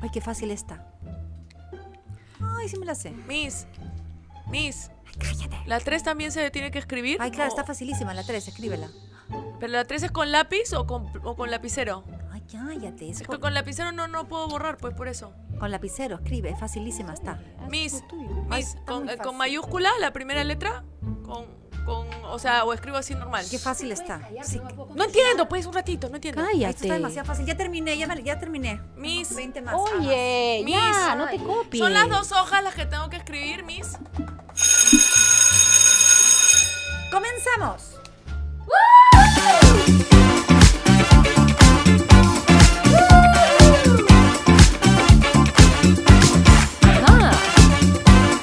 Ay, qué fácil está. Ay, sí me la sé. Miss, Miss, Cállate. ¿la 3 también se tiene que escribir? Ay, claro, ¿O- está facilísima la 3, escríbela. ¿Pero la 3 es con lápiz o con, o con lapicero? Ay, cállate. Es Es que con, con lapicero no, no puedo borrar, pues por eso. con lapicero, escribe, es facilísima está. Miss, Ay, Miss, está con, muy eh, con fácil. mayúscula la primera letra, con, con, o sea, o escribo así normal. Qué fácil está. Sí, No entiendo, pues un ratito, no entiendo. Ay, esto Cállate. está demasiado fácil. Ya terminé, ya, me- ya terminé. Miss, 20 más. Oye, Miss, ya, no te ay. copies. son las dos hojas las que tengo que escribir, Miss. Ajá. ¡Comenzamos! Ah.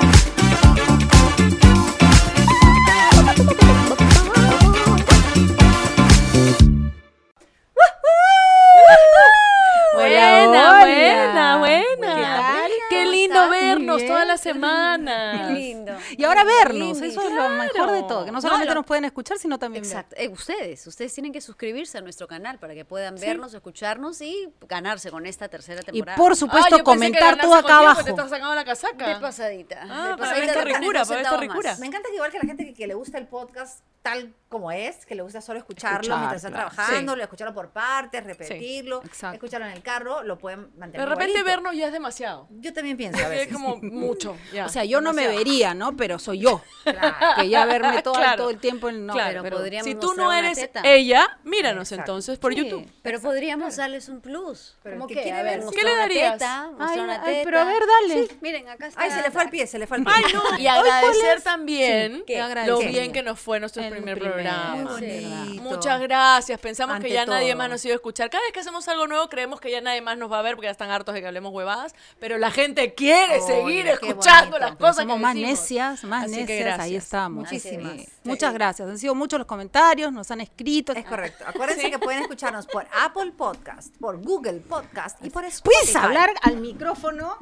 Hola, Buena, hola. buena, buena. ¿Qué tal? Qué ¿Cómo lindo estás? Muy vernos bien. todas las semanas. Qué lindo. Y ahora vernos, Lindy, eso es lo mejor de todo, que no solamente No, lo- nos pueden escuchar, sino también ver. Exacto. Eh, ustedes, ustedes tienen que suscribirse a nuestro canal para que puedan vernos, escucharnos y ganarse con esta tercera Y temporada. por Ah, yo supuesto, pensé que comentar ganaste todo acá contigo, abajo. Te estás sacando la casaca. de pasadita. Ah, de para pasadita, ver esta de repente ricura, unos para ver esta centavos más. ricura. Me encanta que igual que la gente que, que le gusta el podcast tal como es, que le gusta solo escucharlo Escuchar, mientras está claro. trabajando, escucharlo por partes, repetirlo, exacto. escucharlo en el carro, lo pueden mantener De repente igualito. vernos ya es demasiado. Yo también pienso a Es veces. como mucho. ya. O sea, yo no me vería, ¿no? Pero soy yo. Claro. Que ya verme toda- Claro. todo el tiempo en no, claro, pero pero podríamos si tú mostrar no una eres teta. ella, míranos Exacto. entonces por Sí. YouTube. Pero podríamos darles un plus. Pero ¿Cómo el que qué? quiere A ver, ver- mostrar ¿Qué le una darías? teta, Ay, mostrar una ay, teta. pero a ver, dale. Sí, miren, acá está. Ay, se le fue al pie, se le fue al pie. Y agradecer también ¿Qué? lo Agradecer. bien que nos fue nuestro El primer primero. programa. Muy Sí. bonito. Muchas gracias. Pensamos Ante que ya nadie todo. más nos iba a escuchar. Cada vez que hacemos algo nuevo creemos que ya nadie más nos va a ver porque ya están hartos de que hablemos huevadas. Pero la gente quiere Oye, seguir qué escuchando bonito. las Pero cosas somos que más decimos. necias, más Así que necias, ahí gracias. estamos. Muchísimas. Sí. Muchas gracias. Han sido muchos los comentarios, nos han escrito. Es correcto. Acuérdense que pueden escucharnos por Apple Podcast, por Google Podcast y por Spotify. ¿Puedes hablar al micrófono?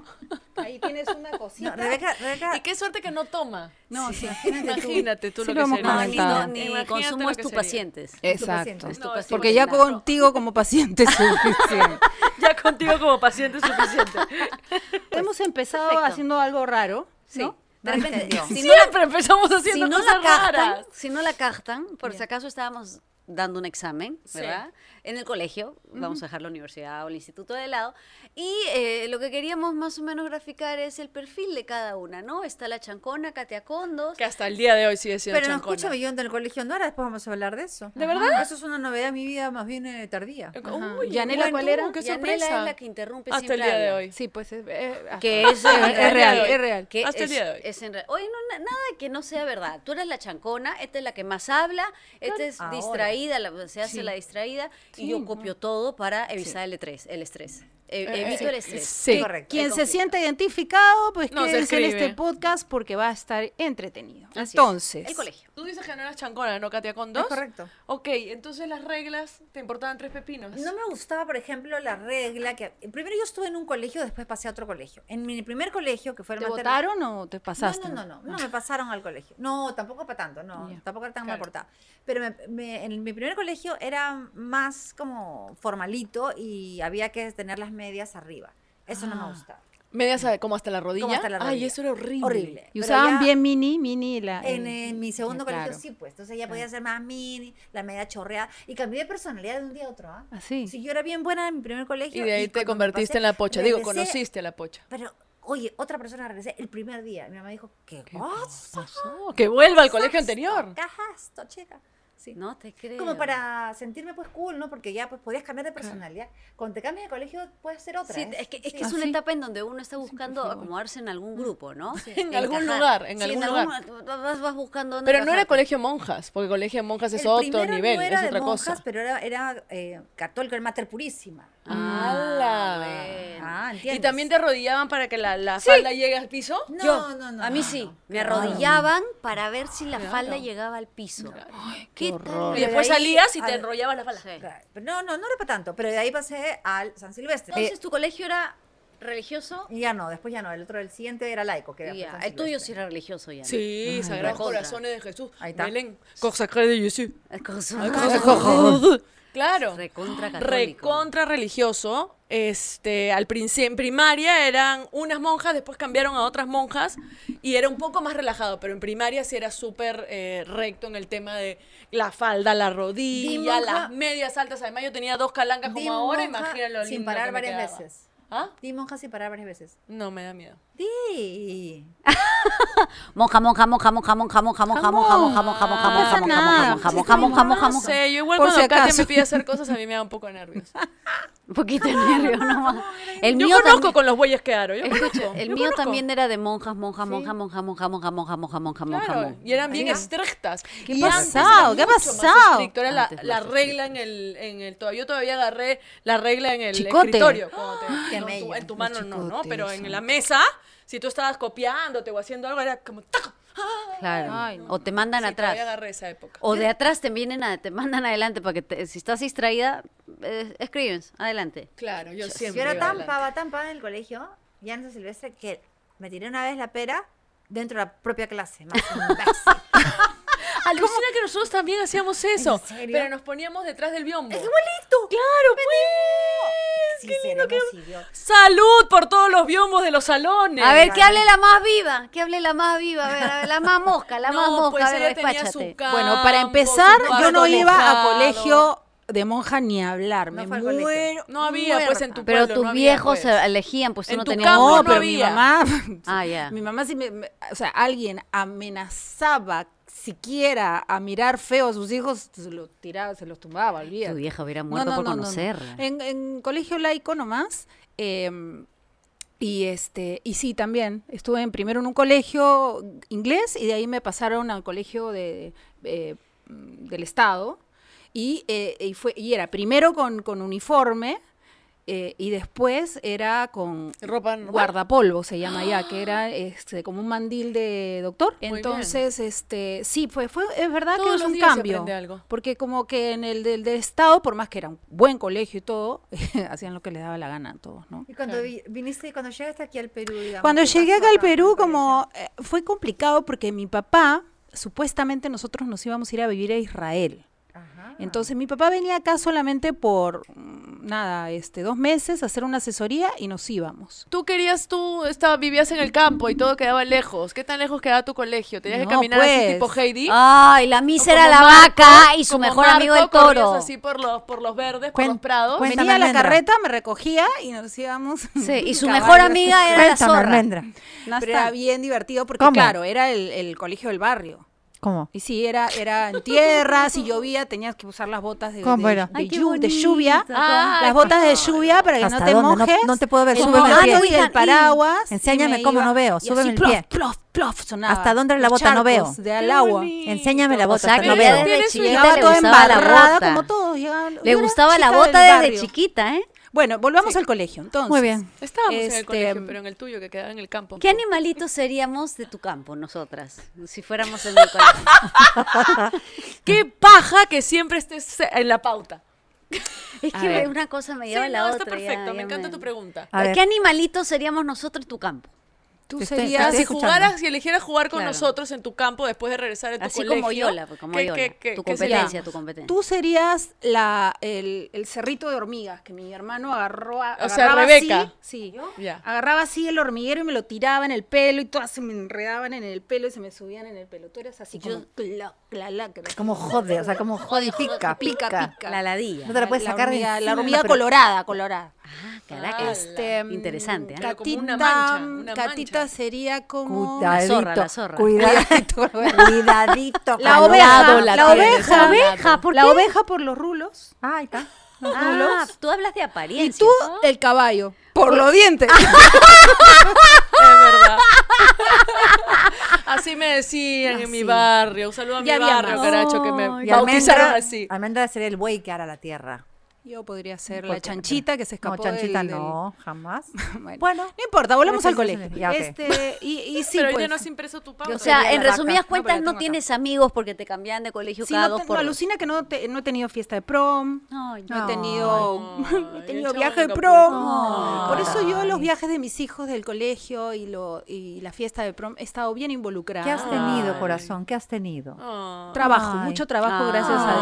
Ahí tienes una No, cosita. Rebeca, Rebeca, Y qué suerte que no toma. No, sí. Imagínate tú Sí lo lo que sería. hemos No, ni, no, comentado. ni Imagínate lo consumo que sería. estupacientes. Exacto. Estupefacientes. No, es Porque ya Claro. contigo como paciente es suficiente. Ya contigo como paciente es suficiente. Hemos empezado Perfecto. haciendo algo raro, ¿no? no De repente, entendió. si no la Siempre empezamos si haciendo no cosas la captan, raras. si no la captan, por si acaso estábamos dando un examen, ¿verdad? En el colegio, vamos a dejar la universidad o el instituto de lado, y eh, lo que queríamos más o menos graficar es el perfil de cada una, ¿no? Está la chancona, Katia Condos, Que hasta el día de hoy sigue siendo Pero no chancona. escúchame, yo en el colegio no, ahora después vamos a hablar de eso. ¿De verdad? Eso es una novedad en mi vida más bien eh, tardía. Ajá. Uy, ¿Yanela bueno, cuál era? Qué Yanela sorpresa. es la que interrumpe Hasta siempre el día de habla. hoy. Sí, pues es, eh, hasta- Que es, es el día real, de hoy. es real. Que Hasta el es- día de hoy. es en real. Oye, no, na- nada que no sea verdad. Tú eres la chancona, esta es la que más habla, esta es Ahora. distraída, la- se hace Sí. la distraída, Sí, y yo no. copio todo para evitar el estrés. El estrés. E- Eh, evito eh, el estrés. Sí, correcto. quien El se conflicto. sienta identificado, pues Nos quédense en escribe. este podcast porque va a estar entretenido. Así es. Entonces, El colegio. Tú dices que no eras chancona, ¿no, Katia? ¿Con dos? Es correcto. Ok, entonces las reglas te importaban tres pepinos. No me gustaba, por ejemplo, la regla que... Primero yo estuve en un colegio, después pasé a otro colegio. En mi primer colegio, que fue el ¿te materno- votaron o te pasaste? No, no, no, no, no, me pasaron al colegio. No, tampoco para tanto, no, Ya. tampoco era tan mal Claro. portada. Pero me- me- en mi primer colegio era más como formalito y había que tener las medias arriba. Eso no me gustaba. Medias a- como hasta la rodilla. Como hasta la Ah. Ay, rodilla. eso era horrible. Horrible. Y Pero usaban ya- bien mini, mini la. En, el- en mi segundo ya, colegio claro. sí, pues. Entonces ya podía ser más mini, la media chorreada. Y cambié de personalidad de un día a otro, ¿ah? ¿Ah, sí? Si yo era bien buena en mi primer Y colegio. de ahí te cuando me convertiste pasé, en la pocha. Digo, regresé- conociste a la pocha. Pero, oye, otra persona regresé el primer día. Mi mamá dijo, ¿qué cosa? Oh, que vuelva al colegio anterior. ¿Qué esto, chica? Sí. No te creo. Como para sentirme pues cool, ¿no? Porque ya pues podías cambiar de personalidad. Cuando te cambias de colegio puedes ser otra. Sí, ¿eh? es que, es, que Sí. es Ah, una sí. etapa en donde uno está buscando acomodarse en algún grupo, ¿no? Mm. En algún Encajar. lugar, en Sí, algún lugar. Vas, vas buscando dónde Pero no era encajarte. colegio monjas, porque colegio de monjas es El otro primero no nivel, era es de otra monjas, cosa. Pero era, era eh, católico, el mater purísima. ¡Hala! Ah, bueno. Ah, ¿Y ¿entiendes? también te arrodillaban para que la, la falda llegue al piso? No, Yo, no, no. a mí no, sí. no. Me arrodillaban para ver si la falda llegaba al piso. ¿Qué, tal? Y después Pero ahí- salías y te al- enrollabas la falda. Claro, pero No, no, no era para tanto, pero de ahí pasé al San Silvestre. Entonces, ¿tu colegio era religioso? Eh, ya no, después ya no, el otro, el siguiente era laico, que era pues, Ya, San El tuyo sí Silvestre. era religioso ya. ¿no? Sí, Sagrados otra cosa. Corazones de Jesús. Ahí está. Belén. Consacré de Jesús. Es cosa- Consacré de Jesús. Claro. Recontra católico. Recontra religioso. Este, al principio, en primaria eran unas monjas, después cambiaron a otras monjas y era un poco más relajado, pero en primaria sí era súper eh, recto en el tema de la falda, la rodilla, monja- las medias altas. Además, yo tenía dos calancas Di como ahora, monja imagínalo. lo Sin lindo parar que me varias quedaba. veces. ¿Ah? Di monja sin parar varias veces. No, me da miedo. Di. Monja, monja, monja, monja, monja, monja, monja, monja, monja, monja, monja, No pasa monja, monja, nada. monja, monja, monja, monja, No monja. sé, yo igual Por cuando si Katia acaso. me pide hacer cosas a mí me da un poco de nervios. Un poquito de nervio nomás. El Yo mío conozco también- con los bueyes que aro. Yo Escucha, conozco, el yo mío conozco. también era de monjas, monjas, monjas, monjas, monjas, monjas, monjas, monjas, monjas, monjas, Claro, monjas. y eran bien Ahí va. estrictas. ¿Qué Y antes era pasado? ¿Qué mucho más pasado? estricto, Era la, Antes la más regla en el, en el... to- Yo todavía agarré la regla en el Chicote. escritorio. cuando te- Qué no, tu- bello, en tu mano los no, ¿no? Pero en chicotes. la mesa, si tú estabas copiándote o haciendo algo, era como... ¡Taco! ¡Ah! Claro. Ay, no. O te mandan Sí, todavía atrás. Oh, agarré esa época. O de atrás te vienen, a- te mandan adelante para que te- si estás distraída, eh, escribes, adelante. Claro, yo siempre Yo era iba tan adelante. pava, tan pava en el colegio, ya en San Silvestre, que me tiré una vez la pera dentro de la propia clase. Más imbécil. Alucina que nosotros también hacíamos eso. serio? Pero nos poníamos detrás del biombo. ¡Igualito! ¡Claro, pues! Sí, ¡Qué lindo que... seremos idiotas. ¡Salud por todos los biombos de los salones! A ver, que hable la más viva, que hable la más viva, a ver, a ver, la más mosca, la más No, mosca, pues a ver, ella tenía su despáchate. campo, Bueno, para su empezar, barrio yo no iba a alejado. colegio de monja ni a hablar. No Me fue al colegio. muero. No había, pues, en tu Pero pueblo, tus no había, viejos pues. se elegían, pues tú En no tu tenías campo No, no voz. pero mi había. mamá. Ah, ya. Mi mamá sí me, me- O sea, alguien amenazaba siquiera a mirar feo a sus hijos, se los tiraba, se los tumbaba, olvídate. Tu vieja hubiera muerto por conocer. En, en colegio laico nomás. eh, y este, y sí, también. Estuve en, primero en un colegio inglés y de ahí me pasaron al colegio de, eh, del estado. Y, eh, y fue, y era primero con, con uniforme. eh, y después era con Ropa normal. guardapolvo se llama ya que era este como un mandil de doctor Muy bien. entonces este sí fue fue es verdad Todos que los es un días se cambio aprende algo. porque como que en el del, del Estado, por más que era un buen colegio y todo, hacían lo que les daba la gana a todos, ¿no? Y cuando vi- viniste, cuando llegaste aquí al Perú, digamos, Cuando ¿qué llegué pasó acá al en el Perú, colegio? como eh, fue complicado porque mi papá, supuestamente nosotros nos íbamos a ir a vivir a Israel. Ajá. Entonces mi papá venía acá solamente por mm, nada, este, dos meses a hacer una asesoría y nos íbamos. Tú querías, tú estaba, vivías en el campo y todo quedaba lejos. ¿Qué tan lejos quedaba tu colegio? ¿Tenías que No, caminar así pues. tipo Heidi? Ay, la mísera Como la Marco, vaca y su como mejor Marco, amigo el corrías toro. así por los, por los verdes, por Cuen- los prados. cuen- Cuéntame, Venía la Almendra. carreta, me recogía y nos íbamos. Sí, y su Caballos. mejor amiga era la Cuéntame, zorra. Almendra. Pero era bien divertido porque, ¿Cómo? claro, era el, el colegio del barrio. ¿Cómo? Y sí, era, era en tierra, si llovía tenías que usar las botas de, ¿Cómo de- era? de Ay, qué llu- de lluvia. bonito. Ah, las botas de lluvia para que no ¿Hasta te dónde? No- mojes. no te puedo ver, el súbeme el mano pie. y el paraguas. y Enséñame me cómo iba- no veo, y súbeme así, el plof, pie. Plof, plof, sonaba. ¿Hasta dónde era la Los bota? No charcos veo. De Qué al agua. bonito. Enséñame la O bota, sea, que no ella veo. de- desde Tiene su chiquita Llegaba le toda gustaba la embarrada bota. como todos. llegaba- yo Le era gustaba la chica bota del desde barrio. chiquita, ¿eh? Bueno, volvamos al colegio entonces. Muy bien. Estábamos en el Este, colegio, pero en el tuyo que quedaba en el campo. ¿Qué animalitos seríamos de tu campo nosotras? Si fuéramos en el colegio. Qué paja que siempre estés en la pauta. Es A que ver. una cosa me Sí, lleva a la no, otra. está perfecto. ya, me ya encanta tu pregunta. A ver. ¿Qué animalitos seríamos nosotros en tu campo? Tú Te estoy- O sea, serías estoy si escuchando. jugaras, si eligieras jugar con Claro. nosotros en tu campo después de regresar de tu Así colegio. como Yola, pues, como ¿qué- Yola. qué- qué- tu qué sería? competencia, tu competencia. Tú serías la, el, el cerrito de hormigas que mi hermano agarró. a- O sea, agarraba Rebeca. así, sí, Ya. agarraba así el hormiguero y me lo tiraba en el pelo y todas se me enredaban en el pelo y se me subían en el pelo. Tú eras así como cla, cla, la, cla. Como jode, o sea, como jode, pica, pica, pica. pica. La ladilla. No te la puedes La sacar de hormiga, la encima, hormiga pero- colorada, colorada. Ah, Caracas. Este, mm, Interesante, ¿eh? Catita, Claro, como una mancha, una Catita mancha. sería como Cuidado. Cuidadito, zorra, la zorra. cuidadito, cuidadito. la con oveja, lado la, tienes. oveja, al lado. la oveja por los rulos. Ah, ahí está. Ah, tú hablas de Y apariencia. tú, el caballo. Por los dientes. Es verdad. Así me decían en mi barrio. Un saludo a mi Ya había barrio, más. caracho, que me Y bautizaron almendra, así. almendra sería el buey que ara la tierra. Yo podría ser ¿Por la qué? chanchita que se escapó No, chanchita del- del- no, jamás. Bueno, Bueno. no importa, volvamos Pero al eso es- colegio. ya, ok. Este, y, y sí, pero pues, ya no has impreso tu pauta. Yo O sea, Sería en la vaca. resumidas No, pero cuentas yo no, tengo acá. tienes amigos porque te cambian de colegio sí, cada no dos te- por no, alucina que no, te- no he tenido fiesta de prom, Ay, no he No. tenido, no Ay, he tenido el viaje de chavo prom. No. Por eso yo los Ay. viajes de mis hijos del colegio y, lo, y la fiesta de prom he estado bien involucrada. Ah. ¿Qué has tenido, Ay. corazón? ¿Qué has tenido? Ay. Trabajo, Ay. mucho trabajo, Ay. gracias a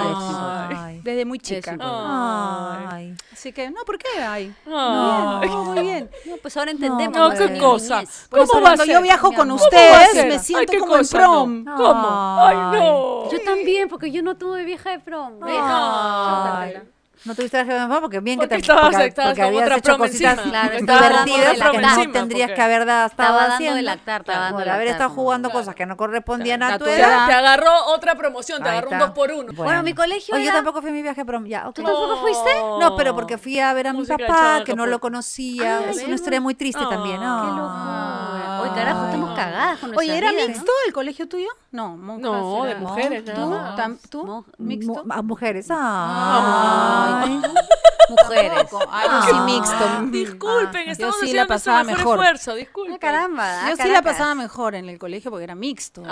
Dios. Ay. Desde muy chica. Eso. Ay. Así que, no, ¿por qué? Ay, Ay. bien, muy bien. No, pues ahora entendemos. No, lo qué que es cosa. niñez. Por ¿Cómo eso va a cuando ser? yo viajo Mi con amor. ¿Cómo va a ustedes ser? me Ay, siento qué como en cosa, no. prom. ¿Cómo? Ay, Ay. no. Yo también, porque yo no tuve vieja de prom. Ay. No tuviste traje de mamá porque bien Porque que te estabas- porque, estabas porque con habías otra hecho promo cositas encima. Claro, estaba dando divertidas de las que lactar. no tendrías Porque que haber da- estado dando de haciendo. lactar, estaba dando por de haber lactar, estado como- jugando Claro. cosas que no correspondían Claro, a tu a Te, tu te edad. edad. agarró otra promoción, te Ahí agarró un está. 2 por 1 Bueno, mi colegio Oye, yo era- tampoco fui a mi viaje, pero ya, ok. ¿Tú tampoco fuiste? No, pero porque fui a ver a mi Música de papá, chorro, que no pues. lo conocía. Ay, es bueno. una historia muy triste Ah, también. qué Ah. locura. Oye, carajo, estamos cagadas con Oye, nuestra ¿era vida, ¿no? mixto el colegio tuyo? No, monjas No, de era- mujeres ¿Tú? nada más. ¿Tam- ¿Tú? Mo- ¿Mixto? Mu- a mujeres. Ay. Ay. Mujeres. Ay, yo sí Ah. mixto. Disculpen, Ah, estamos yo sí la haciendo nuestro pasaba mejor, mejor. esfuerzo, disculpen. Ah, caramba. ah, Yo sí la caracas. pasaba mejor en el colegio porque era mixto. de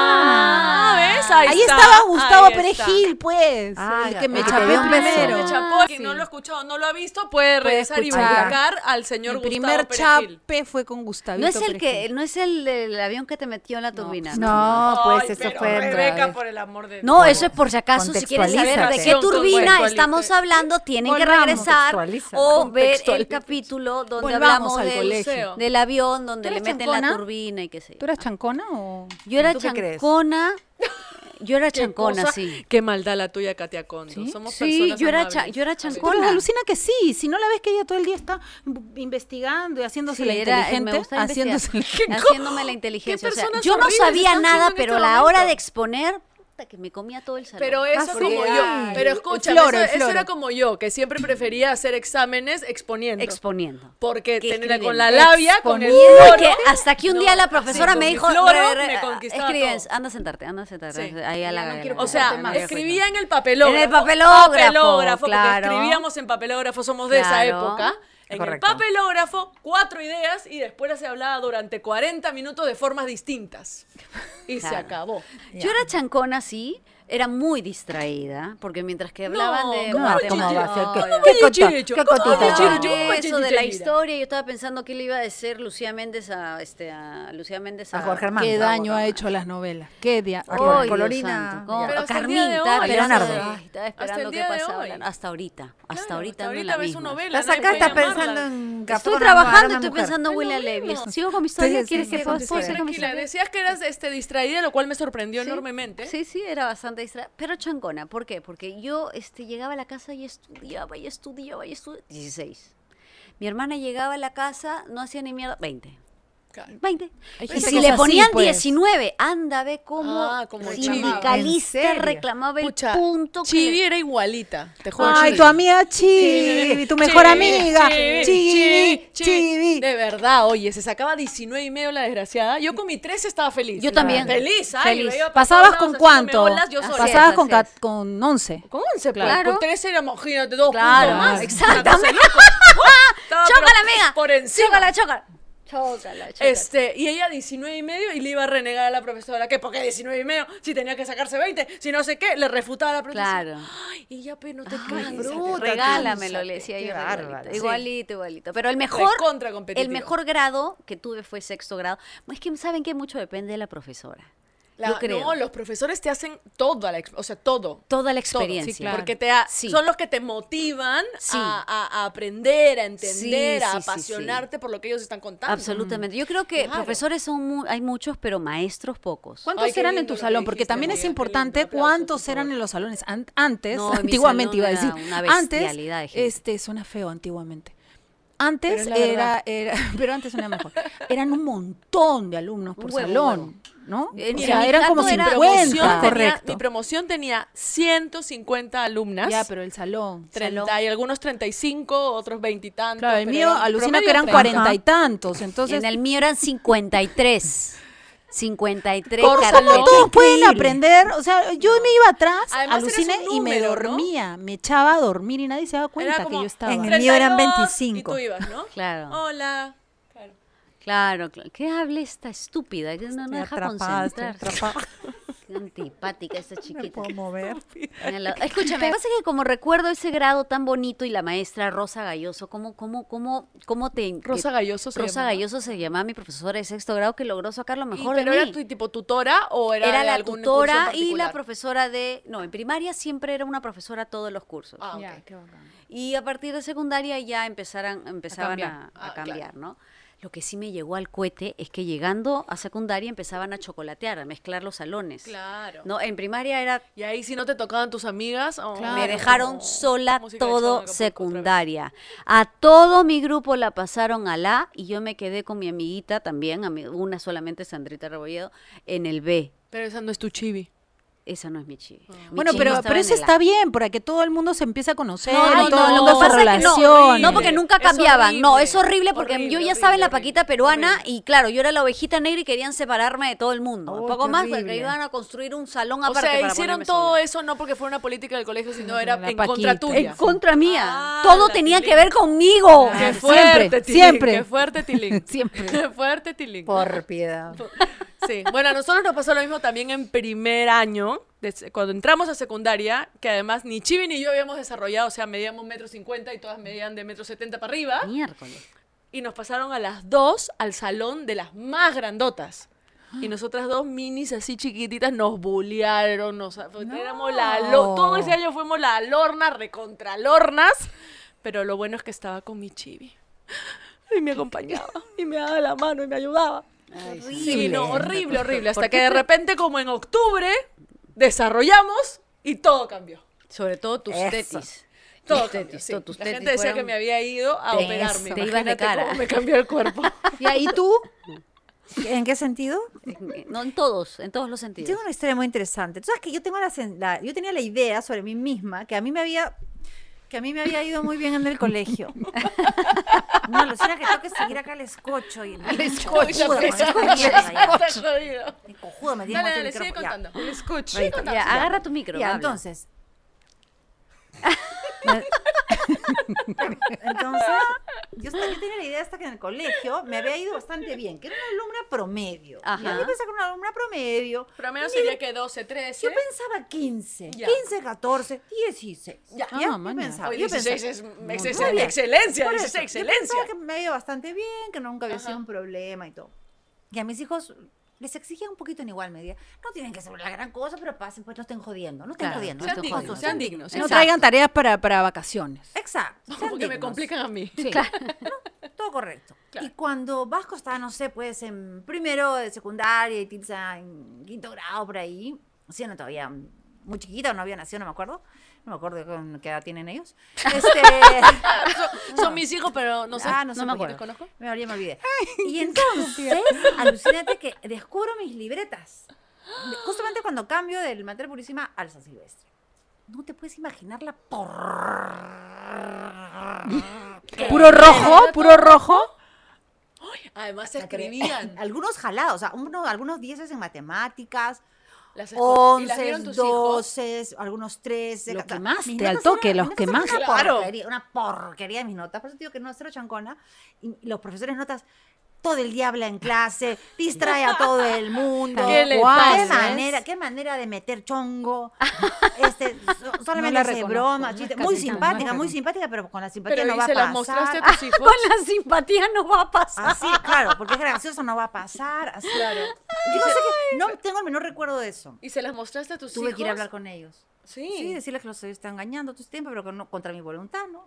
Ah, ¿ves? Ahí, hecho. Ahí está, estaba Gustavo ahí Pérez está. Gil, pues, Ah, el que me el que te chapé dio un beso. primero. Me Ah, chapó. Quien sí. no lo ha escuchado, no lo ha visto, puede Puede regresar y escuchar. buscar al señor El Gustavo Pérez primer Gil. chape fue con Gustavito No es el Pérez que, Gil. no es el del avión que te metió en la turbina. No, Ay, pues eso pero fue. Rebeca, otra vez. por el amor de No, eso es por si acaso, si quieren saber de Contextualízate. qué turbina Contextualízate. estamos hablando, tienen que Volvamos. regresar Contextualiza. o ver el Contextualízate. capítulo donde Volvamos hablamos al del, colegio. del avión, donde ¿Tú le eras meten la chancona? turbina y qué sé yo. ¿Tú eras chancona o...? Yo era ¿Tú qué crees? chancona, yo era Qué chancona, cosa- sí. Qué maldad la tuya, Katia Condo. Somos Sí, personas yo era, amables. cha- yo era Pero chancona. alucina que sí, si no la ves que ella todo el día está bu- investigando y haciéndose Sí, la era- eh, me inteligente, gusta investigar. haciéndose la- haciéndome la inteligencia. o sea, personas yo no horribles sabía están nada, siendo en pero a este la hora momento? de exponer, puta, que me comía todo el salón. Pero eso Ah, como sí. yo. Ay. Pero El escucha, floro, eso, el eso era floro. como yo, que siempre prefería hacer exámenes exponiendo. exponiendo. porque que tener con escriben. la labia, con el Exponiendo. floro. Que hasta que un día No, la profesora sí, me con dijo, mi floro "Re, re, me conquistaba escribes, todo". anda a sentarte, anda a sentarte. Sí. Ahí a la, Ya no a quiero la- O sea, Más. escribía en el papelógrafo. En el papelógrafo, porque claro. escribíamos en papelógrafo, somos de esa Claro. época. En Correcto. el papelógrafo, cuatro ideas y después se hablaba durante 40 minutos de formas distintas. Y se Claro. acabó. Yo era chancona, sí, era muy distraída, porque mientras que hablaban No, de ¿cómo No, te ¿cómo chichi- va a ser? Ay, ¿Qué- ¿cómo qué te cotita? chichi- ¿Qué cómo te cotita? chichi- yo- Ah, pues, de yo- eso de chichirira. la historia, yo estaba pensando que le iba a decir Lucía Méndez a este a Lucía Méndez a, A Jorge Armando. Qué Ah, daño ha hecho las novelas. Qué dia- Ah, Ay, Col- Dios Colorina. santo, cómo- Pero hasta el día Carmín, de estaba hoy, esperando, Leonardo. ay, Hasta estaba el esperando qué día de pasaba. hoy. Hasta ahorita, hasta Claro, ahorita hasta ando en ahorita la ves una misma. novela. Estás nadie acá, puede estás llamarla. pensando en Estoy Capona, trabajando, Habana, estoy mujer. pensando en Es lo William Levy. mismo. ¿Sigo con mi historia? Sí, ¿Quieres sí, que sí, puedo- sí, puedo sí. seguir con mi Tranquila, historia? decías que eras este, distraída, lo cual me sorprendió enormemente. Sí, sí, era bastante distraída, pero chancona. ¿Por qué? Porque yo este, llegaba a la casa y estudiaba y estudiaba y estudiaba. 16. Mi hermana llegaba a la casa, no hacía ni mierda. 20. Claro. 20. Hay Y gente que si es le así, ponían pues. 19, anda, ve cómo Ah, como Chiri. ¿En sindicalista serio? reclamaba el Pucha, punto que Chibi le- era igualita, te juro. Ay, Chibi. tu amiga Chibi, Chibi, tu mejor Chibi, amiga. Chibi, Chibi, Chibi. De verdad, oye, se sacaba 19 y medio la desgraciada. Yo con mi 13 estaba feliz. Ah, Yo también. Feliz, ay, Feliz. yo iba para ¿Pasabas todos con lados cuánto? haciéndome olas yo sola. Así Pasabas es, con así es. ca- con 11. Con 11, pues. Ah, Claro. Con 13 era, imagínate, dos Claro, puntos más. exactamente. Una cosa loca. Estaba, pero ¡Chócala, amiga! Por encima. ¡Chócala, chócala! ¡Chócala, chócala! Este, y ella 19 y medio y le iba a renegar a la profesora que porque 19 y medio, si tenía que sacarse 20, si no sé qué, le refutaba a la profesora. Claro. Ay, y ya, pero no te Ay, canses. bruta, regálamelo, le decía yo. Igualito, bárbara. igualito, igualito. Pero el mejor, Recontra competitiva. el mejor grado que tuve fue sexto grado. Es que saben que mucho depende de la profesora. La- yo creo. No, los profesores te hacen todo, a la ex- o sea, todo. Toda la Todo, experiencia. sí, Porque te ha- Sí. son los que te motivan Sí. a, a- a aprender, a Sí, entender, sí, a sí, sí. apasionarte por lo que ellos están contando. Absolutamente. Yo creo que Claro. profesores son mu- hay muchos, pero maestros pocos. ¿Cuántos Ay, qué eran en lindo tu lo que salón? Porque dijiste, también amiga, es qué lindo. importante Aplausos, por cuántos favor. eran en los salones. An- antes, No, en mi antiguamente salón iba a decir. era una antes, bestialidad de gente. este, suena feo antiguamente. Pero Antes es la era, era, pero antes era mejor. Eran un montón de alumnos por Un huevo, un salón, ¿no? En o mi sea, eran sindicato como era- 50. Promoción tenía- correcto. Mi promoción tenía 150 alumnas. Ya, pero el salón. 30 y algunos 35, otros 20 y tantos. Claro, el pero mío eran alucina promedio que eran 30. cuarenta y tantos. Entonces, en el mío eran 53. 53 Córsalo. carpetas. Horrible. ¿Qué pueden aprender? O sea, yo me iba atrás, Además, eres aluciné un y me número, ¿no? dormía. Me echaba a dormir y nadie se daba cuenta Era como que yo estaba. en el mío eran 32, Y 25. tú ibas, ¿no? Claro, Hola. Claro. claro, claro. ¿Qué habla esta estúpida? Que no, no Estoy deja atrapada, estoy concentrarse. atrapada. Qué antipática esta No me chiquita. puedo mover. Mira la- Escúchame, lo que pasa es que como recuerdo ese grado tan bonito y la maestra Rosa Galloso, ¿cómo, cómo, cómo, cómo te... Rosa que- Galloso se Rosa llamaba. Galloso se llamaba mi profesora de sexto grado que logró sacar lo Y- mejor de ¿Pero mí. era tu tipo tutora o era, Era de la algún curso en tutora y la particular? profesora de... No, en primaria siempre era una profesora todos los cursos. Ah, ok. Y a partir de secundaria ya empezaran, empezaban cambiar. a, a Ah, cambiar, ¿no? Lo que sí me llegó al cohete es que llegando a secundaria empezaban a chocolatear, a mezclar los salones. Claro. No, en primaria era Y ahí si no te tocaban tus amigas, oh, Claro, me dejaron como sola música de todo Acapulco otra vez. secundaria. A todo mi grupo la pasaron a la y yo me quedé con mi amiguita también, ami- una solamente Sandrita Rebolledo, en el B. Pero esa no es tu chibi. Esa no es mi chibi. Ah. Mi Bueno, chibi pero, estaba pero en eso el A. está bien, para que todo el mundo se empiece a conocer, No, no, y todo no, el lo mundo se que pasa es que no, relacione. No, porque nunca Es cambiaban. no, es horrible, horrible porque yo horrible, ya estaba en la horrible, paquita peruana horrible. y claro, yo era la ovejita negra y querían separarme de todo el mundo. Oh, Un poco qué más porque horrible. iban a construir un salón O aparte sea, para hicieron ponerme todo sola. eso no porque fuera una política del colegio, sino era la en contra Paquita. tuya. en contra mía. Ah, todo la tenía que Tilín. ver conmigo. Qué Siempre, fuerte, Tilín, siempre. Qué fuerte, Tilín. Siempre. Qué fuerte, Tilín. Por piedad. Sí, bueno, a nosotros nos pasó lo mismo también en primer año, de se- cuando entramos a secundaria, que además ni Chibi ni yo habíamos desarrollado, o sea, medíamos metro cincuenta y todas medían de metro setenta para arriba, Miércoles. y nos pasaron a las dos al salón de las más grandotas. Y nosotras dos minis así chiquititas nos bullearon, nos, éramos la lo- todo ese año fuimos la lorna, recontralornas, pero lo bueno es que estaba con mi Chibi. Y me acompañaba, y me daba la mano, y me ayudaba. Sí, no, horrible, horrible. Hasta que de repente, como en octubre, desarrollamos y todo cambió. Sobre todo tus Eso. tetis. Todo Tus cambió, tetis, sí. todo tus La tetis gente decía que fueron- me había ido a Te- operarme. te ibas de Imagínate cara. cómo me cambió el cuerpo. Ya, ¿Y tú? ¿En qué sentido? No en todos, en todos los sentidos. Tengo una historia muy interesante. Tú sabes que yo tengo la, sen- la- yo tenía la idea sobre mí misma que a mí me había que a mí me había ido muy bien en el colegio. No, lo que tengo que seguir acá al escocho y al Escucha, presa, está jodido. cojudo me tiene Dale, que dale, sigue contando. Escucha. Ahí está. Ya, agarra tu micro. Ya, habla. entonces. entonces, yo, esta- yo tenía la idea hasta que en el colegio me había ido bastante bien, que era una alumna promedio. Ajá. Y yo pensaba que era una alumna promedio. Promedio sería que 12, 13. Yo pensaba 15, Ya. 15, 14, 16. Ya. Ah, yo maña. pensaba, Hoy yo 16 pensaba- es Muy exces- bien. excelencia, Por 16 eso, Yo excelencia. pensaba que me había ido bastante bien, que nunca había Ajá. sido un problema y todo. Y a mis hijos les exigía un poquito en igual medida. No tienen que ser la gran cosa, pero pasen, pues no estén jodiendo, no estén Claro, jodiendo. no Sean estoy jodiendo, dignos, sean estoy dignos. No Exacto. traigan tareas para, para vacaciones. Exacto. sean Porque me dignos. complican a mí. Todo correcto. Claro. Y cuando Vasco estaba, no sé, pues en primero de secundaria y Tilsa en quinto grado por ahí, sí, no todavía muy chiquita, no había nacido, no me acuerdo. No me acuerdo con qué edad tienen ellos. Este, Son mis hijos, pero no sé. ah, no, sé, me pues, acuerdo. ya. ¿Conozco? Me olvidé, me olvidé. Y entonces, alucínate que descubro mis libretas. Justamente cuando cambio del Materia Purísima al San Silvestre. No te puedes imaginar la por... Eh, ¿Puro rojo? ¿Puro rojo? Además se escribían. Algunos jalados, o sea, uno- algunos dieces en matemáticas, Las escu- ¿Y las once, vieron tus hijos? doces, algunos trece. Lo o sea, quemaste, mis al notas toque, eran- los mis notas quemaste. eran Una Claro. porquería, una porquería de mis notas, por eso te digo que no, cero chancona. Y los profesores notas, todo el día habla en clase, distrae a todo el mundo. ¿Qué le ¿Qué pasa? manera, qué manera de meter chongo. Este, so- solamente la hace reconozco, bromas, no es chistes. Capitán, Muy no es simpática, muy Capitán. simpática, pero con la simpatía Pero no ¿y va a se las pasar. mostraste a tus hijos. Con la simpatía no va a pasar. Así, claro, porque es gracioso, no va a pasar. Así. Claro. Yo no sé qué- no tengo el menor recuerdo de eso. ¿Y se las mostraste a tus Tuve hijos? que ir a hablar con ellos. Sí. Sí, decirles que los están engañando todo este tiempo, pero que no- contra mi voluntad, ¿no?